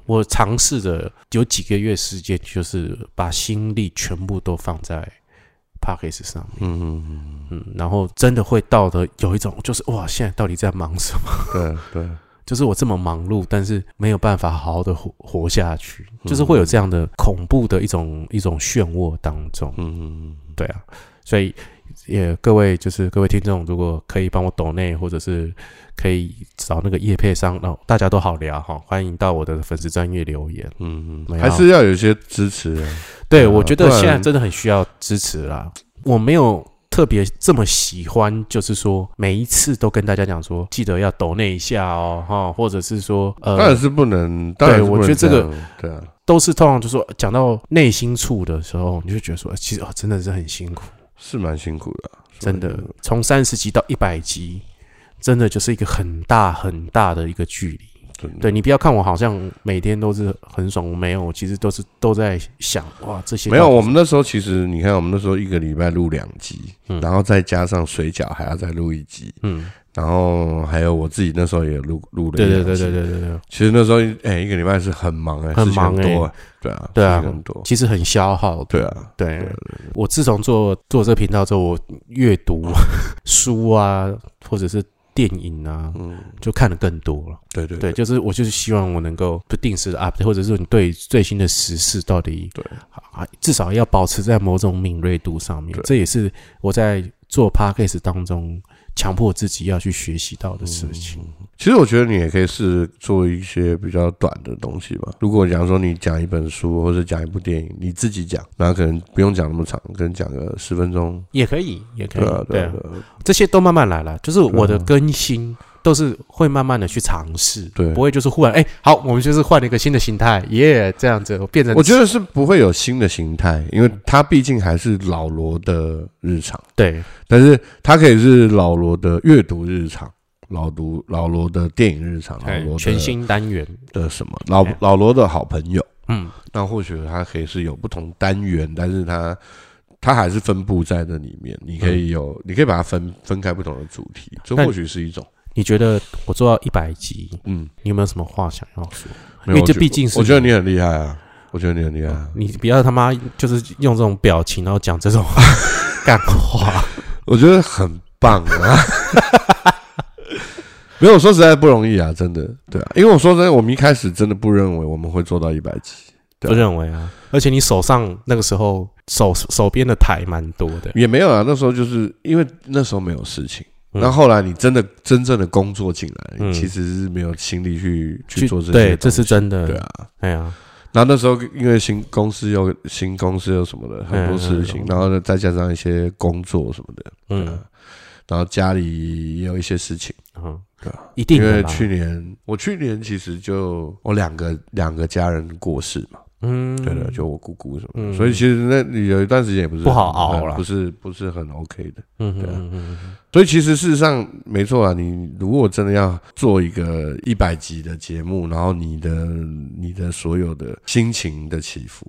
Speaker 1: 我尝试着有几个月时间，就是把心力全部都放在 p a c k a g e 上面，
Speaker 2: 嗯嗯
Speaker 1: 嗯，然后真的会到的有一种就是哇，现在到底在忙什么？
Speaker 2: 嗯，对对，
Speaker 1: 就是我这么忙碌，但是没有办法好好的活活下去，就是会有这样的恐怖的一种一种漩涡当中，
Speaker 2: 嗯
Speaker 1: 对啊，所以也各位就是各位听众，如果可以帮我抖内，或者是可以找那个叶配商，那大家都好聊哈，欢迎到我的粉丝专业留言。
Speaker 2: 嗯
Speaker 1: 没
Speaker 2: 嗯，
Speaker 1: 有
Speaker 2: 还是要有一些支持啊，
Speaker 1: 对，
Speaker 2: 对啊
Speaker 1: 我觉得
Speaker 2: 不然
Speaker 1: 现在真的很需要支持啦。我没有特别这么喜欢，就是说每一次都跟大家讲说，记得要抖那一下哦，哈，或者是说，
Speaker 2: 当然
Speaker 1: 呃，
Speaker 2: 是不能，当然
Speaker 1: 对
Speaker 2: 是不
Speaker 1: 我
Speaker 2: 能
Speaker 1: 觉得这个
Speaker 2: 样对啊，
Speaker 1: 都是通常就说讲到内心处的时候，你就觉得说，其实哦，真的是很辛苦，
Speaker 2: 是蛮辛苦的啊，是
Speaker 1: 真
Speaker 2: 蛮
Speaker 1: 的
Speaker 2: 辛苦，
Speaker 1: 从三十集到一百集，真的就是一个很大很大的一个距离。
Speaker 2: 真的
Speaker 1: 对你不要看我好像每天都是很爽，我没有，我其实都是都在想哇这些
Speaker 2: 没有，
Speaker 1: 到底
Speaker 2: 我
Speaker 1: 是
Speaker 2: 们那时候其实你看，我们那时候一个礼拜录两集，
Speaker 1: 嗯
Speaker 2: 然后再加上水饺还要再录一集，
Speaker 1: 嗯，
Speaker 2: 然后还有我自己那时候也录录了
Speaker 1: 对
Speaker 2: 一两
Speaker 1: 对
Speaker 2: 集
Speaker 1: 对对对对对，
Speaker 2: 其实那时候哎、一个礼拜是很忙哎、
Speaker 1: 很
Speaker 2: 事情
Speaker 1: 忙哎
Speaker 2: 多、对啊，
Speaker 1: 对啊
Speaker 2: 事情很多，
Speaker 1: 其实很消耗。
Speaker 2: 对啊，
Speaker 1: 对，我自从做做这个频道之后，我阅 读书啊，或者是电影啊，
Speaker 2: 嗯，
Speaker 1: 就看的更多了。
Speaker 2: 对对
Speaker 1: 对，就是我就是希望我能够不定时的 update，或者是你对最新的时事到底
Speaker 2: 对
Speaker 1: 啊，至少要保持在某种敏锐度上面
Speaker 2: 对。
Speaker 1: 这也是我在做 podcast 当中强迫自己要去学习到的事情。
Speaker 2: 其实我觉得你也可以试着做一些比较短的东西吧。如果假如说你讲一本书或者讲一部电影，你自己讲，然后可能不用讲那么长，可能讲个十分钟。
Speaker 1: 也可以，也可
Speaker 2: 对啊
Speaker 1: 以，，
Speaker 2: 对啊
Speaker 1: 啊，，这些都慢慢来了。就是我的
Speaker 2: 对啊
Speaker 1: 更新都是会慢慢的去尝试，
Speaker 2: 啊对
Speaker 1: 不会就是忽然哎，好，我们就是换了一个新的形态，耶，这样子变成
Speaker 2: 我觉得是不会有新的形态，因
Speaker 1: 嗯
Speaker 2: 为它毕竟还是老罗的日常，
Speaker 1: 对
Speaker 2: 但是它可以是老罗的阅读日常。老读老罗的电影日常，老
Speaker 1: 哎
Speaker 2: 罗的
Speaker 1: 全新单元，
Speaker 2: 的什么老
Speaker 1: 哎
Speaker 2: 老罗的好朋友，
Speaker 1: 嗯，
Speaker 2: 那或许它可以是有不同单元，但是它它还是分布在那里面。你可以有，你可以把它分分开不同的主题，这
Speaker 1: 嗯但
Speaker 2: 或许是一种。
Speaker 1: 你觉得我做到一百集，
Speaker 2: 嗯，
Speaker 1: 你有没有什么话想要说？
Speaker 2: 没有
Speaker 1: 因为
Speaker 2: 我
Speaker 1: 这
Speaker 2: 觉
Speaker 1: 毕竟是哦
Speaker 2: 我觉得你很厉害啊，我觉得你很厉害啊。
Speaker 1: 你不要他妈就是用这种表情，然后讲这种干话。
Speaker 2: 我觉得很棒啊。 没有，说实在不容易啊，真的，对啊，因为我说真的，我们一开始真的不认为我们会做到一百集，对啊
Speaker 1: 不认为啊，而且你手上那个时候手手边的台蛮多的，
Speaker 2: 也没有啊，那时候就是因为那时候没有事情。
Speaker 1: 嗯
Speaker 2: 那后来你真的真正的工作进来，
Speaker 1: 嗯
Speaker 2: 你其实是没有心力去去做这些东西。
Speaker 1: 对，这是真的。
Speaker 2: 对，啊。
Speaker 1: 哎呀，
Speaker 2: 然后那时候因为新公司又新公司又什么的很多事情，
Speaker 1: 嗯
Speaker 2: 然后呢再加上一些工作什么的，啊
Speaker 1: 嗯
Speaker 2: 然后家里也有一些事情。
Speaker 1: 嗯
Speaker 2: 对啊，
Speaker 1: 一定
Speaker 2: 因
Speaker 1: 的
Speaker 2: 为
Speaker 1: 啦。
Speaker 2: 去年我去年其实就我两个两个家人过世嘛，
Speaker 1: 嗯，
Speaker 2: 对的，就我姑姑什么的，
Speaker 1: 嗯
Speaker 2: 所以其实那里有一段时间也不是
Speaker 1: 不好
Speaker 2: 很
Speaker 1: 熬啦
Speaker 2: 不是不是很 OK 的。
Speaker 1: 嗯哼
Speaker 2: 对啊
Speaker 1: 嗯嗯嗯
Speaker 2: 所以其实事实上没错啊，你如果真的要做一个一百集的节目，然后你的你的所有的心情的起伏，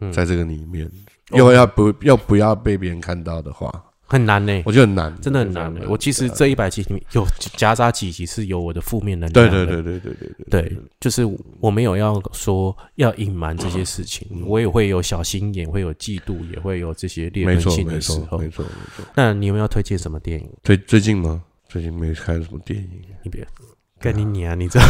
Speaker 1: 嗯
Speaker 2: 在这个里面，
Speaker 1: 哦
Speaker 2: 又要不又不要被别人看到的话，
Speaker 1: 很难呢，
Speaker 2: 我啊觉得很难，
Speaker 1: 真的很难
Speaker 2: 非
Speaker 1: 呢
Speaker 2: 常。
Speaker 1: 我其实这一百集里面有夹杂几集是有我的负面能量
Speaker 2: 对
Speaker 1: 的，
Speaker 2: 对对对对对对
Speaker 1: 对，就是我没有要说要隐瞒这些事
Speaker 2: 嗯
Speaker 1: 情，我也会有小心眼，会有嫉妒，也会有这些劣
Speaker 2: 没
Speaker 1: 根
Speaker 2: 错
Speaker 1: 性
Speaker 2: 没
Speaker 1: 的时
Speaker 2: 错
Speaker 1: 候
Speaker 2: 没。错没错。
Speaker 1: 那你有没有推荐什么电影？
Speaker 2: 最最近吗？最近没看什么电影，啊
Speaker 1: 你别跟你你啊，你这样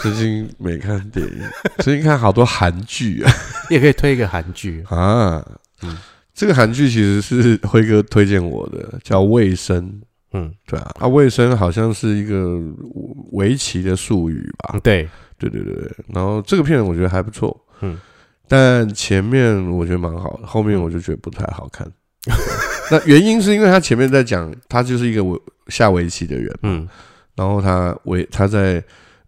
Speaker 2: 最近没看电影，最近看好多韩 剧啊
Speaker 1: 也可以推一个韩剧，
Speaker 2: 啊
Speaker 1: 嗯。
Speaker 2: 这个韩剧其实是辉哥推荐我的，叫《卫生》。
Speaker 1: 嗯，
Speaker 2: 对啊，啊，卫生好像是一个围棋的术语吧？
Speaker 1: 对，
Speaker 2: 对对对对。然后这个片我觉得还不错，
Speaker 1: 嗯，
Speaker 2: 但前面我觉得蛮好的，后面我就觉得不太好看。 那原因是因为他前面在讲，他就是一个围下围棋的人，
Speaker 1: 嗯
Speaker 2: 然后他围他在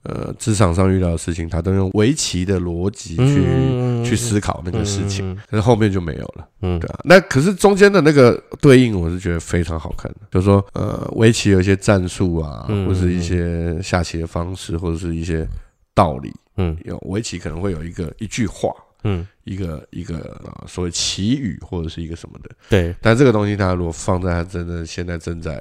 Speaker 2: 呃职场上遇到的事情，他都用围棋的逻辑去、
Speaker 1: 嗯
Speaker 2: 去思考那个事情，，
Speaker 1: 嗯
Speaker 2: 可是后面就没有了。
Speaker 1: 嗯，
Speaker 2: 对啊，那可是中间的那个对应，我是觉得非常好看的，就是说，呃，围棋有一些战术啊，
Speaker 1: 嗯
Speaker 2: 或是一些下棋的方式，或者是一些道理。
Speaker 1: 嗯
Speaker 2: 有围棋可能会有一个一句话，
Speaker 1: 嗯，
Speaker 2: 一个一个、呃、所谓棋语，或者是一个什么的。
Speaker 1: 对，
Speaker 2: 但这个东西，它如果放在它真的现在正在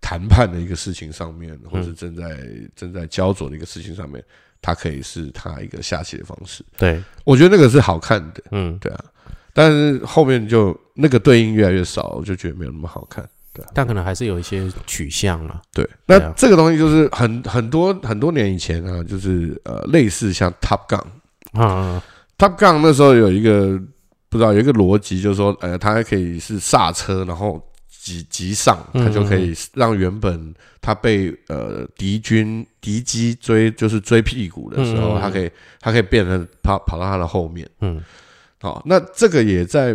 Speaker 2: 谈判的一个事情上面，或是正在正在焦灼的一个事情上面，它可以是它一个下棋的方式。
Speaker 1: 对，
Speaker 2: 我觉得那个是好看的。
Speaker 1: 嗯，
Speaker 2: 对啊，但是后面就那个对应越来越少，我就觉得没有那么好看。
Speaker 1: 但可能还是有一些取向了，
Speaker 2: 对，
Speaker 1: 对
Speaker 2: 那
Speaker 1: 啊
Speaker 2: 这个东西就是很很多很多年以前啊，就是呃，类似像 Top Gun，Top
Speaker 1: 啊，
Speaker 2: Gun 那时候有一个不知道有一个逻辑，就是说，呃，它可以是刹车，然后急急上，
Speaker 1: 嗯
Speaker 2: 它就可以让原本它被呃敌军敌机追，就是追屁股的时
Speaker 1: 嗯嗯
Speaker 2: 候，
Speaker 1: 嗯
Speaker 2: 它可以它可以变成跑跑到它的后面。
Speaker 1: 嗯
Speaker 2: 好，哦那这个也在，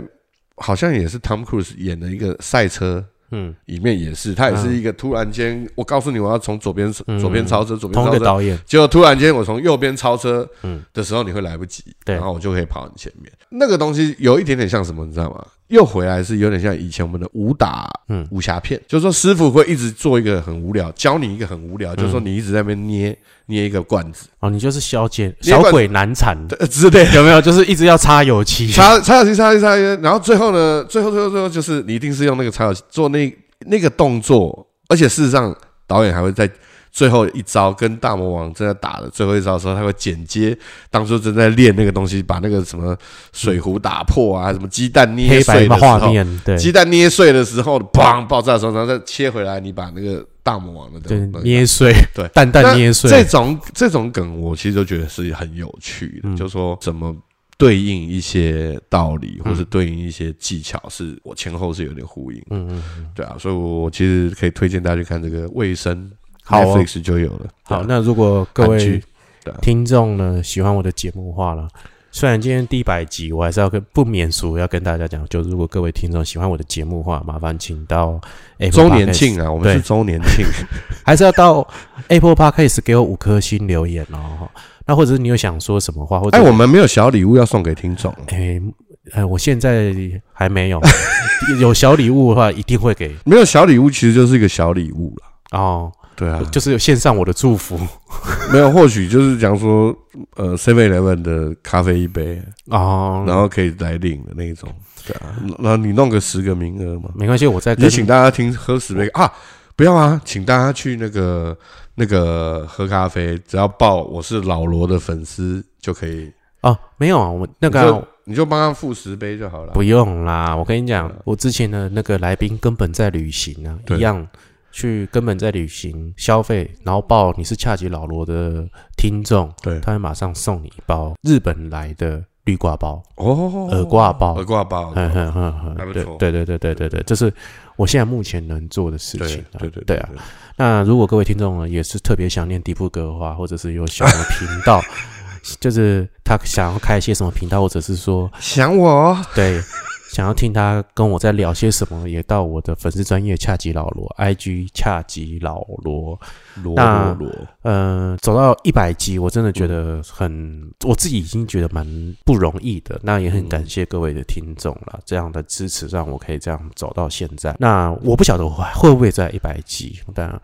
Speaker 2: 好像也是 Tom Cruise 演的一个赛车
Speaker 1: 嗯，
Speaker 2: 里面也是，他也是一个突然间，我告诉你我要从左边
Speaker 1: 嗯
Speaker 2: 左边超车，左边
Speaker 1: 同一
Speaker 2: 超
Speaker 1: 个
Speaker 2: 车，
Speaker 1: 导演，
Speaker 2: 结果突然间我从右边超车
Speaker 1: 嗯
Speaker 2: 的时候，你会来不及，
Speaker 1: 对
Speaker 2: 然后我就可以跑你前面。那个东西有一点点像什么，你知道吗？又回来是有点像以前我们的武打
Speaker 1: 嗯
Speaker 2: 武侠片，就是说师傅会一直做一个很无聊，教你一个很无聊，就是说你一直在那边捏捏一个罐子
Speaker 1: 哦，你就是小姐
Speaker 2: 你也
Speaker 1: 小
Speaker 2: 管
Speaker 1: 鬼难缠，
Speaker 2: 呃之类的。
Speaker 1: 有没有？就是一直要擦油漆，
Speaker 2: 插插下去，插下去，插下去，然后最后呢，最后最后最后就是你一定是用那个插小做那那个动作，而且事实上导演还会在最后一招跟大魔王正在打的最后一招的时候，他会剪接当初正在练那个东西，把那个什么水壶打破啊，什么鸡蛋捏
Speaker 1: 黑白
Speaker 2: 碎的时
Speaker 1: 画
Speaker 2: 候，
Speaker 1: 面，对
Speaker 2: 鸡蛋捏碎的时候，砰爆炸的时候，然后再切回来，你把那个大魔王的
Speaker 1: 对
Speaker 2: 东，西
Speaker 1: 捏碎，
Speaker 2: 对
Speaker 1: 蛋
Speaker 2: 那
Speaker 1: 蛋捏
Speaker 2: 这
Speaker 1: 碎，
Speaker 2: 种这种梗，我其实就觉得是很有趣的，
Speaker 1: 嗯
Speaker 2: 就说怎么对应一些道理，
Speaker 1: 嗯
Speaker 2: 或是对应一些技巧，是我前后是有点呼应的，
Speaker 1: 嗯嗯，
Speaker 2: 对啊，所以我我其实可以推荐大家去看这个《卫生》
Speaker 1: 好哦
Speaker 2: Netflix 就有了。
Speaker 1: 好，
Speaker 2: 对啊
Speaker 1: 那如果各
Speaker 2: 韩
Speaker 1: 位
Speaker 2: 剧对啊
Speaker 1: 听众呢喜欢我的节目的话啦，虽然今天第一百集，我还是要跟不免俗要跟大家讲，就如果各位听众喜欢我的节目的话，麻烦请到 Apple
Speaker 2: 周年
Speaker 1: Podcast
Speaker 2: 庆啊，我们是
Speaker 1: 对
Speaker 2: 周年 庆，
Speaker 1: 还是要到 Apple Podcast 给我五颗星留言哦。那或者是你有想说什么话，或者
Speaker 2: 哎，我们没有小礼物要送给听众，啊
Speaker 1: 哎哎，我现在还没有， 有小礼物的话一定会给
Speaker 2: 没有小礼物其实就是一个小礼物了。
Speaker 1: 哦，
Speaker 2: 对啊，
Speaker 1: 就是有献上我的祝福
Speaker 2: 没有，或许就是讲说，呃，Seven Eleven 的咖啡一杯，
Speaker 1: 哦。
Speaker 2: 然后可以来领的那一种，对啊，然后你弄个十个名额嘛，
Speaker 1: 没关系，我再
Speaker 2: 你
Speaker 1: 跟
Speaker 2: 请大家听喝十杯啊，不要啊，请大家去那个那个喝咖啡，只要报我是老罗的粉丝就可以，
Speaker 1: 哦，没有啊，我那
Speaker 2: 那
Speaker 1: 个啊、
Speaker 2: 你就帮他付十杯就好了。
Speaker 1: 不用啦，我跟你讲，我之前的那个来宾根本在旅行啊，
Speaker 2: 嗯对
Speaker 1: 一样去根本在旅行消费，然后报你是恰吉老罗的听众，
Speaker 2: 对
Speaker 1: 他会马上送你一包日本来的绿挂包、
Speaker 2: 哦，
Speaker 1: 耳挂哎包，
Speaker 2: 耳挂包，
Speaker 1: 哼
Speaker 2: 对
Speaker 1: 哼哼哼
Speaker 2: 还不
Speaker 1: 对
Speaker 2: 错
Speaker 1: 对对对对对对，这是我现在目前能做的事情、啊。
Speaker 2: 对对
Speaker 1: 对啊，那如果各位听众呢，也是特别想念迪布哥的话，或者是有想要频 道，就是他想要开一些什么频道，或者是说
Speaker 2: 想我
Speaker 1: 对，想要听他跟我在聊些什么，也到我的粉丝专业恰吉老罗，IG 恰吉老罗。
Speaker 2: 罗
Speaker 1: 那
Speaker 2: 罗罗，
Speaker 1: 嗯、走到一百集，我真的觉得很，我自己已经觉得蛮不容易的。那也很感谢各位的听众啦，这样的支持让我可以这样走到现在。那我不晓得我还会不会在一百集，但。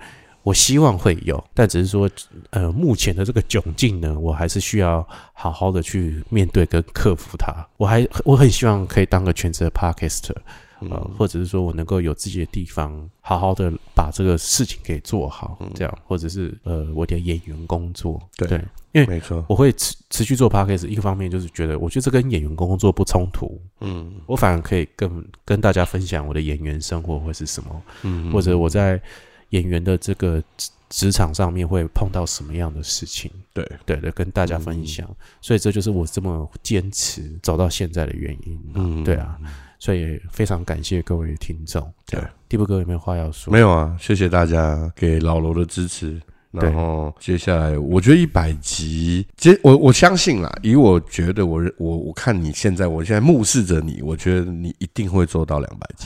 Speaker 1: 我希望会有，但只是说，呃，目前的这个窘境呢，我还是需要好好的去面对跟克服它。我还我很希望可以当个全职的 podcaster，呃，
Speaker 2: 嗯
Speaker 1: 或者是说我能够有自己的地方，好好的把这个事情给做好，这样，或者是呃，我的演员工作，
Speaker 2: 嗯对
Speaker 1: 对因为
Speaker 2: 没错，
Speaker 1: 我会持持续做 podcast，一个方面就是觉得，我觉得这跟演员工作不冲突，
Speaker 2: 嗯
Speaker 1: 我反而可以跟跟大家分享我的演员生活会是什么，
Speaker 2: 嗯，
Speaker 1: 或者我在演员的这个职职场上面会碰到什么样的事情，
Speaker 2: 对
Speaker 1: 对对，跟大家
Speaker 2: 嗯
Speaker 1: 分享，所以这就是我这么坚持走到现在的原因，
Speaker 2: 嗯
Speaker 1: 对啊，所以非常感谢各位听众。
Speaker 2: 对，
Speaker 1: 地步哥有没有话要说？
Speaker 2: 没有啊，谢谢大家给老罗的支持。
Speaker 1: 对
Speaker 2: 然后接下来，我觉得一百集，接我我相信啦，以我觉得我认我我看你现在，我现在目视着你，我觉得你一定会做到两百 集。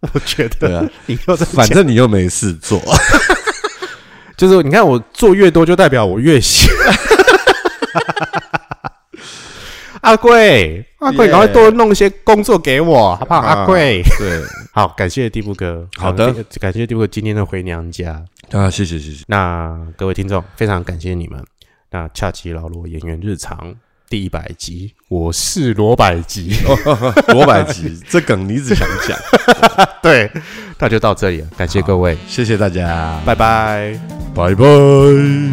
Speaker 1: 我觉
Speaker 2: 对啊，
Speaker 1: 你又在
Speaker 2: 反正你又没事做，
Speaker 1: 就是你看我做越多，就代表我越闲。 阿贵，阿贵，
Speaker 2: Yeah
Speaker 1: 赶快多弄一些工作给我，好不好？
Speaker 2: 啊
Speaker 1: 阿贵，
Speaker 2: 对
Speaker 1: 好，感谢地步哥。
Speaker 2: 好的
Speaker 1: 感感谢地步哥今天的回娘家。
Speaker 2: 啊，谢谢谢谢，
Speaker 1: 那各位听众，非常感谢你们。那恰吉老罗演员日常第一百集，我是罗百吉。
Speaker 2: 罗百集这梗你一直想讲，
Speaker 1: 对， 那就到这里了，感谢各位，
Speaker 2: 谢谢大家，
Speaker 1: 拜拜。
Speaker 2: 拜拜。